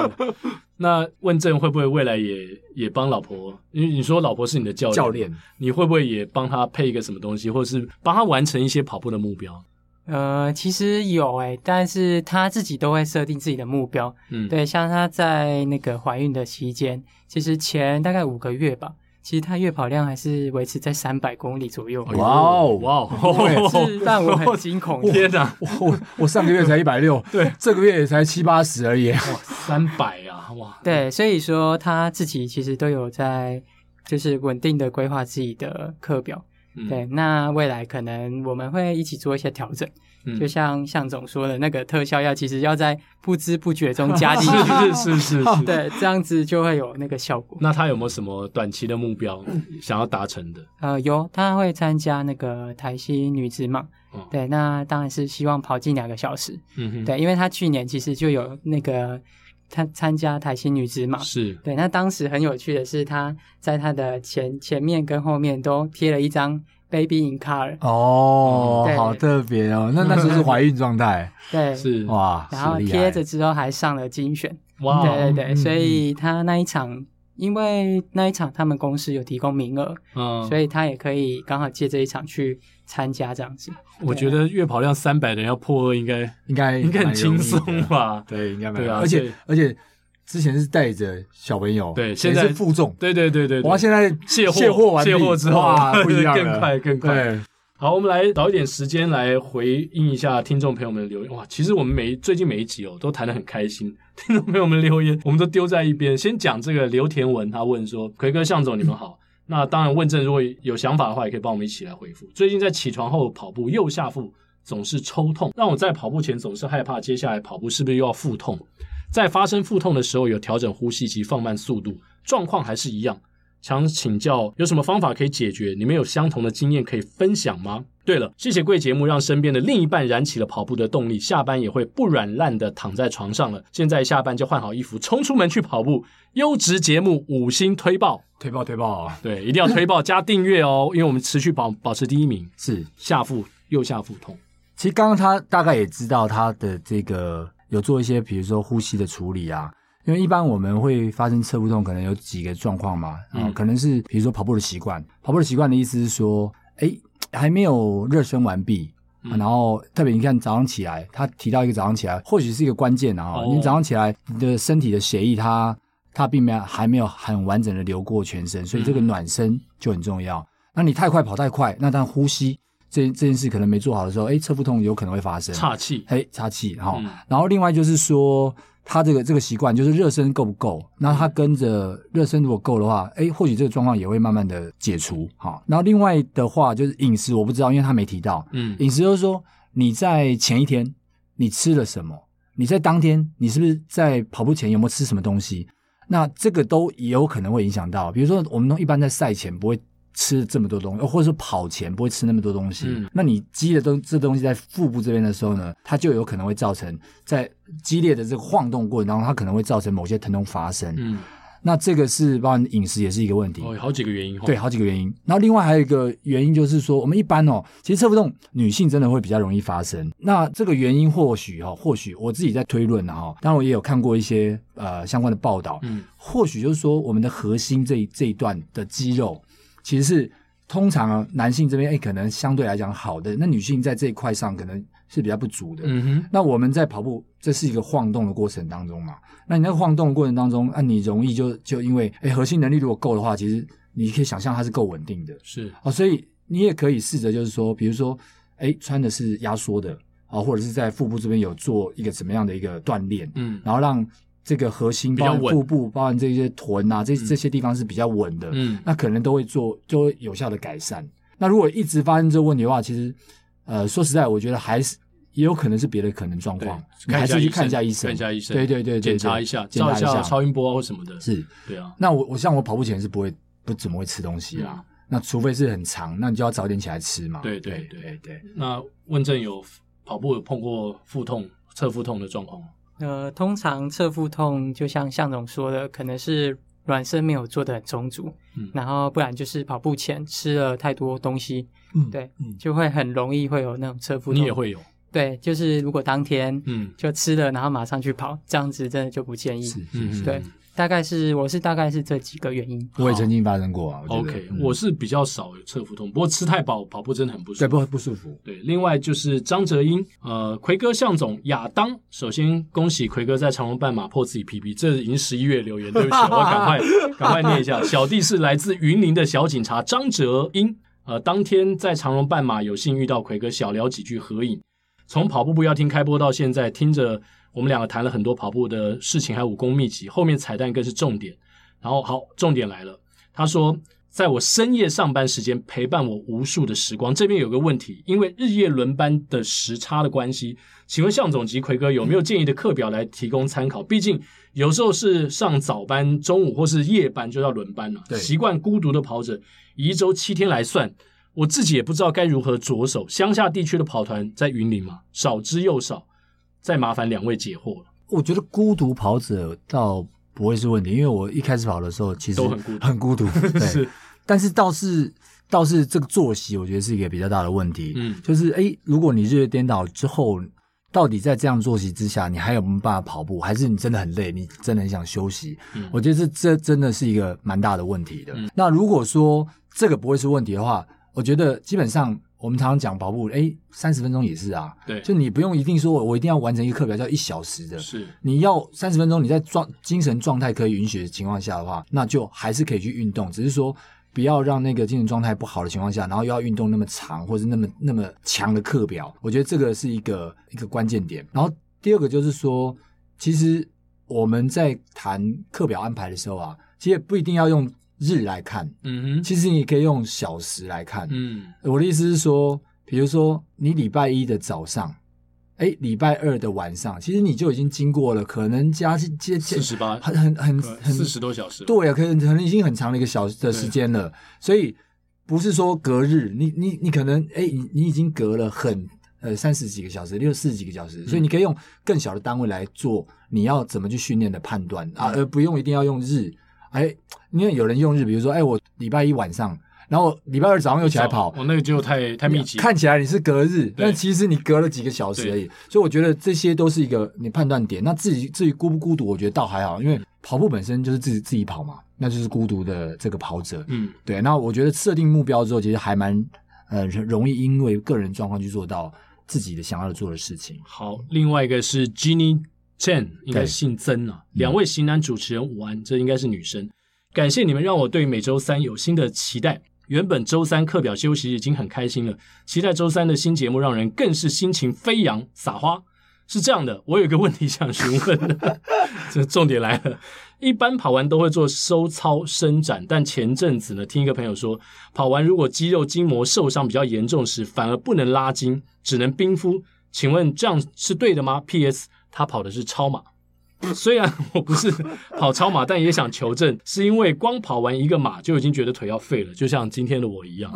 Speaker 1: 那问政会不会未来也也帮老婆？因为你说老婆是你 的教练，
Speaker 2: 教练，
Speaker 1: 你会不会也帮她配一个什么东西，或者是帮她完成一些跑步的目标？
Speaker 3: 呃，其实有诶、但是他自己都会设定自己的目标。
Speaker 1: 嗯，，
Speaker 3: 对，像她在那个怀孕的期间，其实前大概五个月吧，其实她月跑量还是维持在三百公里左右。
Speaker 2: 哇哦
Speaker 1: 哎哇哦，
Speaker 3: 对，是让我很惊恐的。
Speaker 1: 天哪，
Speaker 2: 我我我上个月才一百六，
Speaker 1: 对，
Speaker 2: 这个月也才七八十而已。
Speaker 1: 哇，三百啊，哇，
Speaker 3: 对，所以说她自己其实都有在，就是稳定的规划自己的课表。
Speaker 1: 嗯
Speaker 3: 对，，那未来可能我们会一起做一些调整，
Speaker 1: 嗯
Speaker 3: 就像向总说的那个特效药，其实要在不知不 觉中加进去，
Speaker 1: 是是是是是，。
Speaker 3: 对，这样子就会有那个效果。
Speaker 1: 那他有没有什么短期的目标
Speaker 2: 嗯
Speaker 1: 想要达成的？
Speaker 3: 呃，有，她会参加那个台西女子嘛？
Speaker 1: 哦
Speaker 3: 对，那当然是希望跑进两个小时。
Speaker 1: 嗯哼，，
Speaker 3: 对，因为她去年其实就有那个她参加台西女子嘛。
Speaker 1: 是
Speaker 3: 对，那当时很有趣的是，她在她的前前面跟后面都贴了一张 baby in car，
Speaker 2: 哦
Speaker 3: 嗯，对
Speaker 2: 好特别哦！那那时候是怀孕状态，
Speaker 3: 对，
Speaker 1: 是，
Speaker 2: 哇，
Speaker 3: 然后
Speaker 2: 好厉害
Speaker 3: 贴着之后还上了精选，
Speaker 1: 哇哦，
Speaker 3: 对对对，
Speaker 2: 嗯
Speaker 3: 所以她那一场，因为那一场他们公司有提供名额，
Speaker 1: 嗯，
Speaker 3: 所以她也可以刚好借这一场去参加这样子。
Speaker 1: 我觉得月跑量三百的人要破二应该
Speaker 2: 应该
Speaker 1: 应该很
Speaker 2: 蛮容易
Speaker 1: 轻
Speaker 2: 的
Speaker 1: 松？吧？
Speaker 2: 对，应该蛮
Speaker 1: 对啊
Speaker 2: 而
Speaker 1: 所以
Speaker 2: 且而且之前是带着小朋友，
Speaker 1: 对现在
Speaker 2: 也是负重，
Speaker 1: 对对对对对，
Speaker 2: 哇，现在
Speaker 1: 卸货
Speaker 2: 卸货完毕
Speaker 1: 卸货之后
Speaker 2: 哇不一样了
Speaker 1: 更快更快
Speaker 2: 对，
Speaker 1: 好，我们来找一点时间来回应一下听众朋友们的留言。哇，其实我们每最近每一集哦，都谈得很开心。 听众朋友们留言，我们都丢在一边。先讲这个刘田文，他问说：“奎哥、向总，你们好。”那当然，问政如果有想法的话，也可以帮我们一起来回复。最近在起床后跑步，右下腹总是抽痛，让我在跑步前总是害怕接下来跑步是不是又要腹痛。在发生腹痛的时候，有调整呼吸及放慢速度，状况还是一样。想请教有什么方法可以解决？你们有相同的经验可以分享吗？对了，谢谢贵节目让身边的另一半燃起了跑步的动力，下班也会不软烂的躺在床上了。现在下班就换好衣服，冲出门去跑步。优质节目五星推爆，
Speaker 2: 推爆推爆啊，
Speaker 1: 对，一定要推爆加订阅哦，因为我们持续保保持第一名。
Speaker 2: 是。
Speaker 1: 下腹右下腹痛，
Speaker 2: 其实刚刚他大概也知道他的这个有做一些，比如说呼吸的处理啊，因为一般我们会发生侧腹痛，可能有几个状况嘛，啊、
Speaker 1: 嗯
Speaker 2: 可能是比如说跑步的习惯，跑步的习惯的意思是说，哎，还没有热身完毕。
Speaker 1: 嗯
Speaker 2: 啊然后特别你看早上起来，他提到一个早上起来，或许是一个关键啊、
Speaker 1: 哦
Speaker 2: 你早上起来，你的身体的血液它它并没有还没有很完整的流过全身，所以这个
Speaker 1: 嗯
Speaker 2: 暖身就很重要。那你太快跑太快，那当然呼吸这这件事可能没做好的时候，哎，侧腹痛有可能会发生。
Speaker 1: 岔气，
Speaker 2: 嘿，岔气哈。
Speaker 1: 嗯
Speaker 2: 然后另外就是说，他这个这个习惯就是热身够不够？那他跟着热身如果够的话，哎，或许这个状况也会慢慢的解除哈。然后另外的话就是饮食，我不知道，因为他没提到。
Speaker 1: 嗯
Speaker 2: 饮食就是说你在前一天你吃了什么，你在当天你是不是在跑步前有没有吃什么东西？那这个都也有可能会影响到，比如说我们一般在赛前不会吃这么多东西，或者说跑前不会吃那么多东西。
Speaker 1: 嗯
Speaker 2: 那你积的东这东西在腹部这边的时候呢，它就有可能会造成在激烈的这个晃动过程当中，它可能会造成某些疼痛发生。
Speaker 1: 嗯，
Speaker 2: 那这个是包含饮食也是一个问题。
Speaker 1: 哦，有好几个原因哦，
Speaker 2: 对，啊好几个原因。然后另外还有一个原因就是说，我们一般哦，其实侧腹痛女性真的会比较容易发生。那这个原因或许哦，或许我自己在推论啊、哈，当然我也有看过一些呃相关的报道，
Speaker 1: 嗯，
Speaker 2: 或许就是说我们的核心这一这一段的肌肉其实是。通常啊男性这边哎、可能相对来讲好的，那女性在这一块上可能是比较不足的。
Speaker 1: 嗯哼，
Speaker 2: 那我们在跑步，这是一个晃动的过程当中嘛？那你那个晃动的过程当中，啊，你容易就就因为哎、核心能力如果够的话，其实你可以想象它是够稳定的
Speaker 1: 是，
Speaker 2: 哦，所以你也可以试着就是说，比如说哎、穿的是压缩的啊、或者是在腹部这边有做一个怎么样的一个锻炼，
Speaker 1: 嗯
Speaker 2: 然后让这个核心
Speaker 1: 比较
Speaker 2: 包含
Speaker 1: 稳
Speaker 2: 腹部包含这些臀啊这这些地方是比较稳的，
Speaker 1: 嗯
Speaker 2: 那可能都会做，就会有效的改善。那如果一直发生这个问题的话，其实，呃，说实在，我觉得还是也有可能是别的可能状况，你
Speaker 1: 对
Speaker 2: 还是去
Speaker 1: 看
Speaker 2: 看
Speaker 1: 一下
Speaker 2: 一下
Speaker 1: 医
Speaker 2: 医
Speaker 1: 生看一
Speaker 2: 生，
Speaker 1: 下医生
Speaker 2: 对对对对，
Speaker 1: 检查
Speaker 2: 对
Speaker 1: 一下，
Speaker 2: 检
Speaker 1: 照
Speaker 2: 查
Speaker 1: 一
Speaker 2: 下
Speaker 1: 下超音波啊或什么的，
Speaker 2: 是。
Speaker 1: 对啊，
Speaker 2: 那我我像我跑步前是不会不怎么会吃东西啦，那除非是很长，那你就要早点起来吃嘛。
Speaker 1: 嗯对对对
Speaker 2: 对对对，
Speaker 1: 那问政有跑步有碰过腹痛、侧腹痛的状况吗？
Speaker 3: 呃，通常侧腹痛就像向总说的，可能是暖身没有做的很充足，
Speaker 1: 嗯
Speaker 3: 然后不然就是跑步前吃了太多东西，
Speaker 1: 嗯
Speaker 3: 对，
Speaker 1: 嗯，
Speaker 3: 就会很容易会有那种侧腹痛。
Speaker 1: 你也会有，
Speaker 3: 对，就是如果当天
Speaker 1: 嗯
Speaker 3: 就吃了，然后马上去跑，这样子真的就不建议。
Speaker 2: 是是
Speaker 1: 嗯，
Speaker 2: 是，
Speaker 3: 对，大概是我是大概是这几个原因。
Speaker 2: 我也曾经发生过啊。我觉得
Speaker 1: OK，
Speaker 2: 嗯
Speaker 1: 我是比较少有侧腹痛，不过吃太饱跑步真的很不舒
Speaker 2: 对
Speaker 1: 服。
Speaker 2: 不不舒服，
Speaker 1: 对，另外就是张哲英，呃，奎哥、向总、亚当，首先恭喜奎哥在长隆半马破自己 PB，这已经十一月留言，对不起，我赶快赶快念一下。小弟是来自云林的小警察张哲英，呃，当天在长隆半马有幸遇到奎哥，小聊几句合影。从跑步不要听开播到现在，听着我们两个谈了很多跑步的事情，还有武功秘籍，后面彩蛋更是重点。然后好，重点来了，他说，在我深夜上班时间陪伴我无数的时光。这边有个问题，因为日夜轮班的时差的关系，请问向总及奎哥有没有建议的课表来提供参考？毕竟有时候是上早班、中午或是夜班就要轮班了、
Speaker 2: 对
Speaker 1: 习惯孤独的跑者，以一周七天来算。我自己也不知道该如何着手。乡下地区的跑团在云林嘛，少之又少，再麻烦两位解惑了。
Speaker 2: 我觉得孤独跑者倒不会是问题，因为我一开始跑的时候其实
Speaker 1: 都很孤独
Speaker 2: 很孤独，对。
Speaker 1: 是，
Speaker 2: 但是倒是倒是这个作息，我觉得是一个比较大的问题。
Speaker 1: 嗯
Speaker 2: 就是诶，如果你日夜颠倒之后，到底在这样作息之下，你还有没有办法跑步？还是你真的很累，你真的很想休息？
Speaker 1: 嗯
Speaker 2: 我觉得这这真的是一个蛮大的问题的。那如果说这个不会是问题的话，我觉得基本上我们常常讲跑步，诶，三十分钟也是啊，
Speaker 1: 对，
Speaker 2: 就你不用一定说我我一定要完成一个课表叫一小时的，
Speaker 1: 是
Speaker 2: 你要三十分钟，你在状精神状态可以允许的情况下的话，那就还是可以去运动，只是说不要让那个精神状态不好的情况下，然后又要运动那么长或者那么那么强的课表，我觉得这个是一个一个关键点。然后第二个就是说，其实我们在谈课表安排的时候啊，其实也不一定要用日来看，
Speaker 1: 嗯哼，
Speaker 2: 其实你也可以用小时来看，
Speaker 1: 嗯
Speaker 2: 我的意思是说，比如说你礼拜一的早上，哎，礼拜二的晚上，其实你就已经经过了，可能加接接
Speaker 1: 四十八，
Speaker 2: 很很很很
Speaker 1: 四十多小时，
Speaker 2: 对啊，可能可能已经很长的一个小时的时间了，所以不是说隔日，你你你可能哎，你你已经隔了很呃三十几个小时，六四十几个小时，所
Speaker 1: 嗯
Speaker 2: 以你可以用更小的单位来做你要怎么去训练的判断啊，而不用一定要用日，哎，因为有人用日，比如说哎，我礼拜一晚上，然后礼拜二早上又起来跑
Speaker 1: 我、。哦那个就太太密集，
Speaker 2: 看起来你是隔日，
Speaker 1: 对
Speaker 2: 但其实你隔了几个小时而已，所以我觉得这些都是一个你判断点。那至于至于孤不孤独，我觉得倒还好，因为跑步本身就是自己自己跑嘛，那就是孤独的这个跑者。
Speaker 1: 嗯
Speaker 2: 对，那我觉得设定目标之后，其实还蛮呃容易因为个人状况去做到自己的想要做的事情。
Speaker 1: 好，另外一个是 Jenny Chen，应该
Speaker 2: 对嗯
Speaker 1: 姓曾啊。两位型男主持人午安，这应该是女生。感谢你们让我对每周三有新的期待。原本周三课表休息已经很开心了，期待周三的新节目，让人更是心情飞扬撒花。是这样的，我有一个问题想询问的， 这重点来了。一般跑完都会做收操伸展，但前阵子呢，听一个朋友说，跑完如果肌肉筋膜受伤比较严重时，反而不能拉筋，只能冰敷。请问这样是对的吗？P.S. 他跑的是超马。虽然我不是跑超 马，但也想求证，是因为光跑完一个马就已经觉得腿要废了，就像今天的我一 样，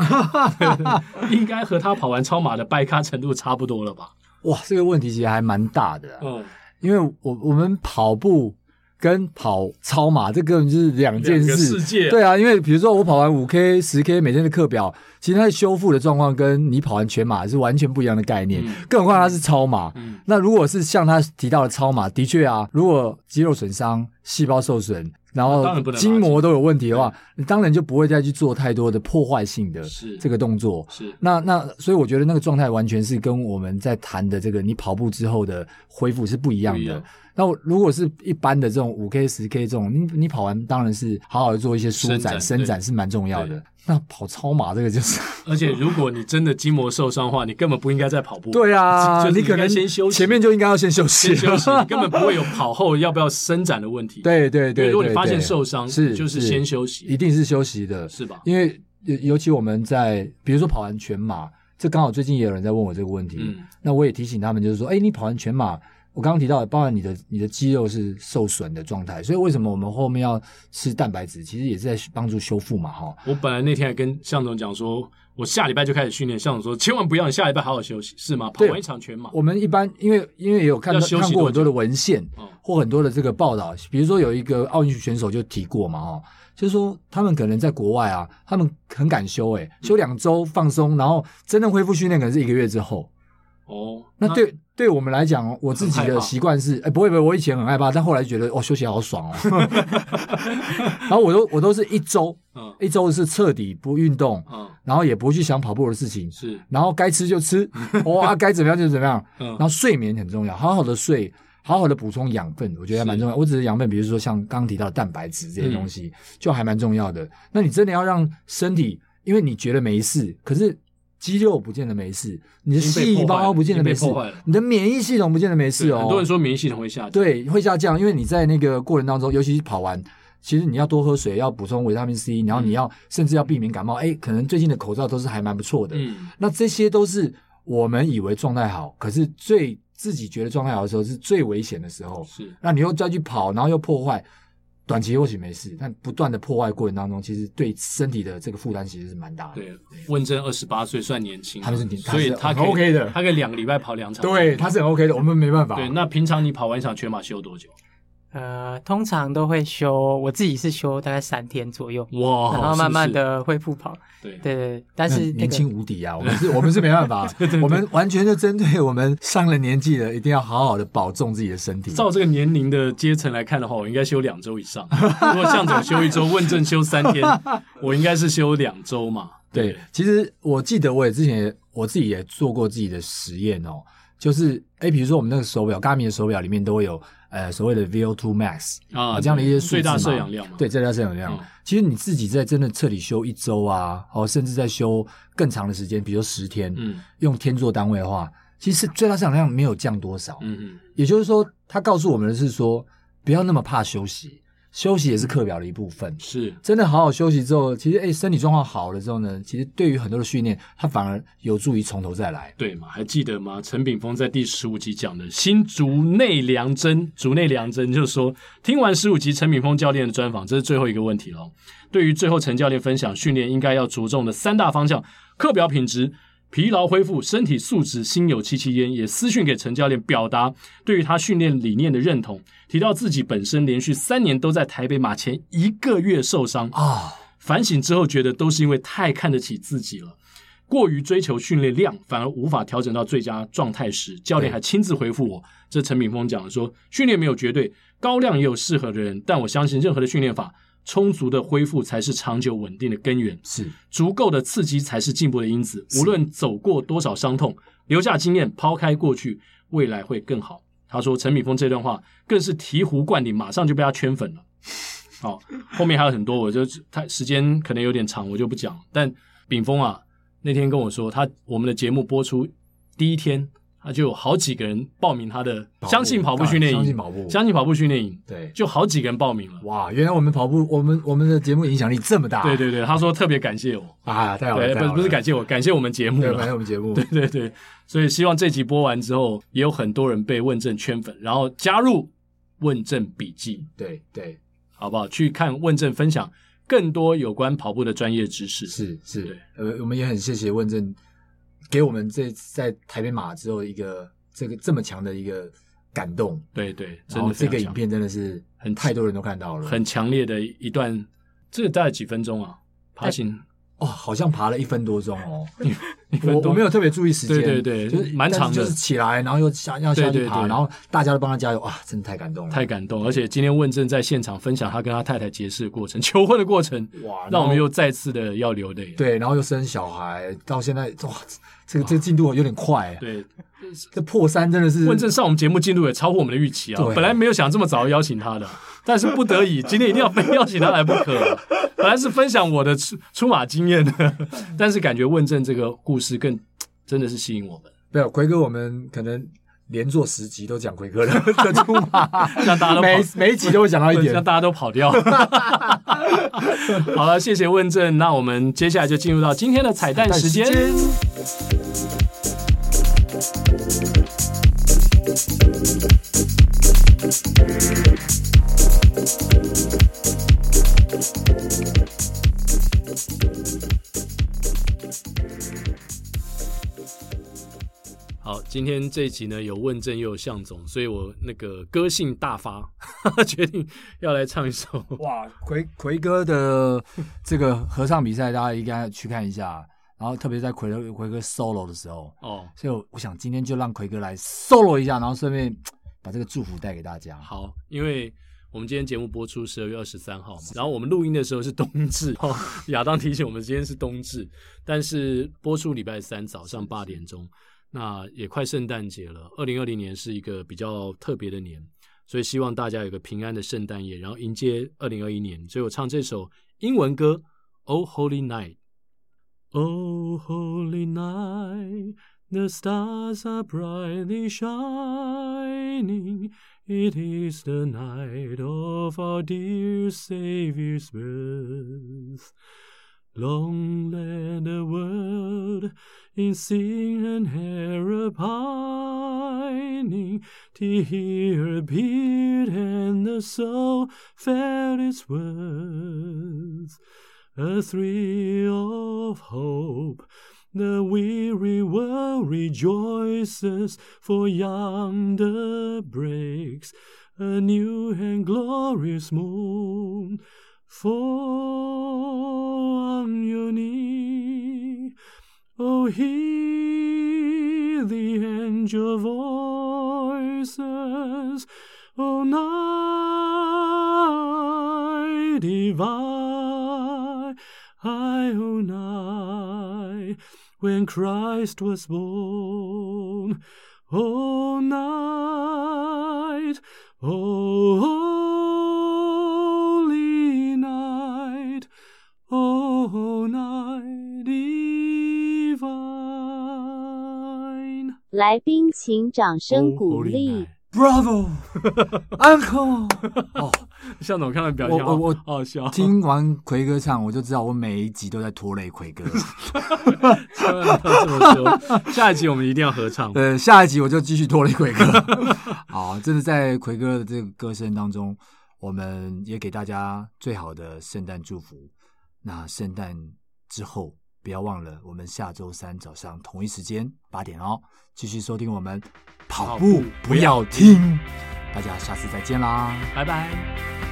Speaker 1: 应该和他跑完超马的掰咖程度差不多了吧？
Speaker 2: 哇，这个问题其实还蛮大的啊、
Speaker 1: 嗯，
Speaker 2: 因为我我们跑步跟跑超马这根本就是两件
Speaker 1: 两个
Speaker 2: 事。
Speaker 1: 世界
Speaker 2: 对啊，因为比如说我跑完五 K、十 K 每天的课表，其实它的修复的状况跟你跑完全马是完全不一样的概念，
Speaker 1: 嗯
Speaker 2: 更何况它是超马。
Speaker 1: 嗯
Speaker 2: 那如果是像他提到的超马，的确啊，如果肌肉损伤、细胞受损，然
Speaker 1: 啊那当
Speaker 2: 后
Speaker 1: 然不能拉
Speaker 2: 筋膜都有问题的话，你当然就不会再去做太多的破坏性的
Speaker 1: 是
Speaker 2: 这个动作。
Speaker 1: 是
Speaker 2: 那那所以我觉得那个状态完全是跟我们在谈的这个你跑步之后的恢复是不一样
Speaker 1: 不一
Speaker 2: 的
Speaker 1: 样。
Speaker 2: 那我如果是一般的这种五 K、十 K 这种，你你跑完当然是好好的做一些舒
Speaker 1: 伸展对
Speaker 2: 展、伸展是蛮重要的
Speaker 1: 对。
Speaker 2: 那跑超马这个就是，
Speaker 1: 而且如果你真的筋膜受伤的话，你根本不应该再跑步。
Speaker 2: 对啊，
Speaker 1: 就
Speaker 2: 你
Speaker 1: 是
Speaker 2: 可
Speaker 1: 应该
Speaker 2: 能
Speaker 1: 先休息
Speaker 2: 前面就应该要先休息，
Speaker 1: 先 休息，你根本不会有跑后要不要伸展的问题。，
Speaker 2: 对对
Speaker 1: 因
Speaker 2: 对，
Speaker 1: 为如果你
Speaker 2: 对
Speaker 1: 发现
Speaker 2: 对
Speaker 1: 受伤，
Speaker 2: 是
Speaker 1: 就是
Speaker 2: 是
Speaker 1: 先休息，
Speaker 2: 一定是休息的，
Speaker 1: 是吧？
Speaker 2: 因为尤尤其我们在比如说跑完全马，这刚好最近也有人在问我这个问题，
Speaker 1: 嗯
Speaker 2: 那我也提醒他们，就是说，哎，你跑完全马，我刚刚提到的，包含你的你的肌肉是受损的状态，所以为什么我们后面要吃蛋白质，其实也是在帮助修复嘛，哈。
Speaker 1: 我本来那天还跟向总讲说，我下礼拜就开始训练。向总说，千万不要，你下礼拜好好休息，是吗？跑
Speaker 2: 对
Speaker 1: 完一场全马，
Speaker 2: 我们一般因为因为也有看到
Speaker 1: 要休息
Speaker 2: 看过很
Speaker 1: 多久
Speaker 2: 多的文献
Speaker 1: 哦
Speaker 2: 或很多的这个报道，比如说有一个奥运选手就提过嘛，哦，就是说他们可能在国外啊，他们很敢休、诶，休两周放松，然后真正恢复训练可能是一个月之后。
Speaker 1: 哦，
Speaker 2: 那对对我们来讲，我自己
Speaker 1: 很害
Speaker 2: 的
Speaker 1: 怕
Speaker 2: 习惯是，哎、不会不会，我以前很害怕，但后来觉得哦，休息好爽 哦。然后我都我都是一周
Speaker 1: 嗯
Speaker 2: 一周是彻底不运动，
Speaker 1: 嗯
Speaker 2: 然后也不去想跑步的事情，
Speaker 1: 是
Speaker 2: 然后该吃就吃，哦啊该怎么样就怎么样。
Speaker 1: 嗯
Speaker 2: 然后睡眠很重要，好好的睡，好好的补充养分，我觉得还蛮重要。我只是养分，比如说像刚刚提到的蛋白质这些东
Speaker 1: 嗯
Speaker 2: 西，就还蛮重要的。那你真的要让身体，因为你觉得没事，可是肌肉不见得没事，你的
Speaker 1: 已经被
Speaker 2: 细
Speaker 1: 破坏了
Speaker 2: 胞不见得没
Speaker 1: 已
Speaker 2: 事
Speaker 1: 经被破坏了，
Speaker 2: 你的免疫系统不见得没事
Speaker 1: 对
Speaker 2: 哦。
Speaker 1: 很多人说免疫系统会下降，
Speaker 2: 对会下降，因为你在那个过程当中，尤其是跑完。其实你要多喝水，要补充维他命 C，然后你
Speaker 1: 嗯
Speaker 2: 要甚至要避免感冒。哎，可能最近的口罩都是还蛮不错的。
Speaker 1: 嗯，
Speaker 2: 那这些都是我们以为状态好，可是最自己觉得状态好的时候是最危险的时候。
Speaker 1: 是
Speaker 2: 那你又再去跑，然后又破坏，短期或许没事，但不断的破坏过程当中，其实对身体的这个负担其实是蛮大的。
Speaker 1: 对。温真二十八岁算年轻，啊
Speaker 2: 他是年
Speaker 1: 所以
Speaker 2: 他是
Speaker 1: 可以
Speaker 2: 很 OK 的
Speaker 1: 他可以两个礼拜跑两场。
Speaker 2: 对，他是很 OK 的，我们没办法。
Speaker 1: 对，那平常你跑完一场全马休多久？
Speaker 3: 呃，通常都会休，我自己是休大概三天左右，
Speaker 1: 哇
Speaker 3: 然后慢慢
Speaker 1: 哦是
Speaker 3: 的恢复跑。
Speaker 1: 不是对
Speaker 3: 对对，对但
Speaker 2: 那
Speaker 3: 是、那个
Speaker 2: 年轻无敌啊，我们是，我们是没 办法，我们完全就针对我们上了年纪的，一定要好好的保重自己的身体。
Speaker 1: 照这个年龄的阶层来看的话，我应该休两周以上。 如果向总休一周，问政休三 天，我应该是休两周嘛？
Speaker 2: 对，其实我记得我也之前也我自己也做过自己的实验哦，就是诶，比如说我们那个手表，Garmin 的手表里面都会有呃所谓的 VO2 max
Speaker 1: 啊，
Speaker 2: 这样的一些数字
Speaker 1: 最大
Speaker 2: 嘛
Speaker 1: 摄氧量嘛，
Speaker 2: 对，这叫摄氧量。
Speaker 1: 嗯
Speaker 2: 其实你自己在真的彻底休一周啊，哦，甚至在休更长的时间，比如说十天，
Speaker 1: 嗯
Speaker 2: 用天做单位的话，其实最大摄氧量没有降多少。
Speaker 1: 嗯
Speaker 2: 也就是说，他告诉我们的是说，不要那么怕休息，休息也是课表的一部分
Speaker 1: 嗯，。是
Speaker 2: 真的好好休息之后，其实哎，身体状况好了之后呢，其实对于很多的训练，它反而有助于从头再来。
Speaker 1: 对嘛？还记得吗？陈炳峰在第十五集讲的新竹内良真，竹内良真就说，听完十五集陈炳峰教练的专访，这是最后一个问题喽。对于最后陈教练分享训练应该要着重的三大方向：课表品质、疲劳恢复、身体素质。心有戚戚焉，也私讯给陈教练表达对于他训练理念的认同，提到自己本身连续三年都在台北马前一个月受伤
Speaker 2: 啊、
Speaker 1: 反省之后觉得都是因为太看得起自己了，过于追求训练量，反而无法调整到最佳状态时，教练还亲自回复我，这陈炳峰讲的说，训练没有绝对，高量也有适合的人，但我相信任何的训练法充足的恢复才是长久稳定的根源，
Speaker 2: 是
Speaker 1: 足够的刺激才是进步的因子。无论走过多少伤痛，留下经验，抛开过去，未来会更好。他说陈敏峰这段话更是醍醐灌顶，马上就被他圈 粉了。好，后面还有很多，我就他时间可能有点长，我就不讲。但炳峰啊，那天跟我说，他我们的节目播出第一天，他就有好几个人报名他的
Speaker 2: 跑步
Speaker 1: 相信跑步训练营，
Speaker 2: 相信跑步
Speaker 1: 相信跑步训练营，
Speaker 2: 对，
Speaker 1: 就好几个人报名了。
Speaker 2: 哇，原来我们跑步，我们我们的节目影响力这么大，
Speaker 1: 对对对，他说特别感谢我，
Speaker 2: 啊，太好了，
Speaker 1: 对，
Speaker 2: 太
Speaker 1: 不
Speaker 2: 好
Speaker 1: 是
Speaker 2: 了
Speaker 1: 不是感谢我，感谢我们节目
Speaker 2: 对，感谢
Speaker 1: 了。
Speaker 2: 我们节目，
Speaker 1: 对 对对，所以希望这集播完之后，也有很多人被问政圈粉，然后加入问政笔记，
Speaker 2: 对对
Speaker 1: 好不好？去看问政分享更多有关跑步的专业知识。
Speaker 2: 是
Speaker 1: 对
Speaker 2: 是，呃，我们也很谢谢问政给我们这在台北马之后一个这个这么强的一个感动，
Speaker 1: 对对，
Speaker 2: 然
Speaker 1: 真
Speaker 2: 后
Speaker 1: 的非常
Speaker 2: 这个影
Speaker 1: 强
Speaker 2: 片真的是
Speaker 1: 很
Speaker 2: 太多人都看到了，
Speaker 1: 很强烈的一段，这个大概几分钟啊？爬行
Speaker 2: 哦，好像爬了一分多钟哦，
Speaker 1: 一分
Speaker 2: 我我
Speaker 1: 多
Speaker 2: 没有特别注意时间，
Speaker 1: 对对对
Speaker 2: 就是
Speaker 1: 蛮
Speaker 2: 但是
Speaker 1: 长的
Speaker 2: 就是起来然后又下要下
Speaker 1: 对
Speaker 2: 去
Speaker 1: 对
Speaker 2: 爬，
Speaker 1: 对
Speaker 2: 然后大家都帮他加油，哇，真的太感动了，
Speaker 1: 太感动，而且今天问政在现场分享他跟他太太结识的过程、求婚的过程，
Speaker 2: 哇，
Speaker 1: 让我们
Speaker 2: 又。
Speaker 1: 又再次的要流泪。
Speaker 2: 对，然后又生小孩，到现在哇，这个这个进度有点快，啊
Speaker 1: 对，
Speaker 2: 这破三真的是
Speaker 1: 问政上我们节目进度也超乎我们的预期啊！
Speaker 2: 对
Speaker 1: 本来没有想这么早邀请他的，但是不得已，今天一定要非邀请他来不可 啊。本来是分享我的出出马经验 的，但是感觉问政这个故事更真的是吸引我们，
Speaker 2: 没有奎哥，我们可能连做十集都讲奎哥 的的出马，
Speaker 1: 让大家都跑
Speaker 2: 每每一集都会讲到 一
Speaker 1: 让
Speaker 2: 点。
Speaker 1: 大家都跑掉。好了，谢谢问政，那我们接下来就进入到今天的彩蛋时间。好，今天这一集呢有问政又有向总，所以我那个歌性大发， 决定要来唱一首。
Speaker 2: 哇， 奎奎哥的这个合唱比赛，大家应该去看一下。然后特别在奎哥奎哥 solo 的时候，
Speaker 1: 哦，
Speaker 2: 所以我我想今天就让奎哥来 solo 一下，然后顺便把这个祝福带给大家。
Speaker 1: 好，因为我们今天节目播出十二月二十三号嘛，然后我们录音的时候是冬至，哦，亚当提醒我们今天是冬至，但是播出礼拜三早上八点钟，那也快圣诞节了，二零二零年是一个比较特别的年，所以希望大家有个平安的圣诞夜，然后迎接二零二一年，所以我唱这首英文歌《Oh Holy Night》。Oh, holy night, the stars are brightly shining. It is the night of our dear Saviour's birth. Long let the world in sing and her pining, till he appeared and the soul felt its worth a thrill of hope. The weary world rejoices, for yonder breaks a new and glorious morn. Fall on your knee, O oh, hear the angel voices, oh, O night divine, I, O night, when Christ was born, O night, O holy night. O night divine，
Speaker 4: 来宾请掌声
Speaker 2: 哦
Speaker 4: 鼓励。。
Speaker 2: Bravo，Uncle 。哦，
Speaker 1: 向总看到表情好，
Speaker 2: 我我我
Speaker 1: 好笑，
Speaker 2: 听完奎哥唱，我就知道我每一集都在拖累奎哥。
Speaker 1: 千万不要这么说。下一集我们一定要合唱。
Speaker 2: 呃，下一集我就继续拖累奎哥。 好，真的在奎哥的这个歌声当中，我们也给大家最好的圣诞祝福。那圣诞之后，不要忘了我们下周三早上同一时间八点哦，继续收听我们跑
Speaker 1: 跑步
Speaker 2: 步不要停。大家下次再见啦，
Speaker 1: 拜拜。
Speaker 2: 拜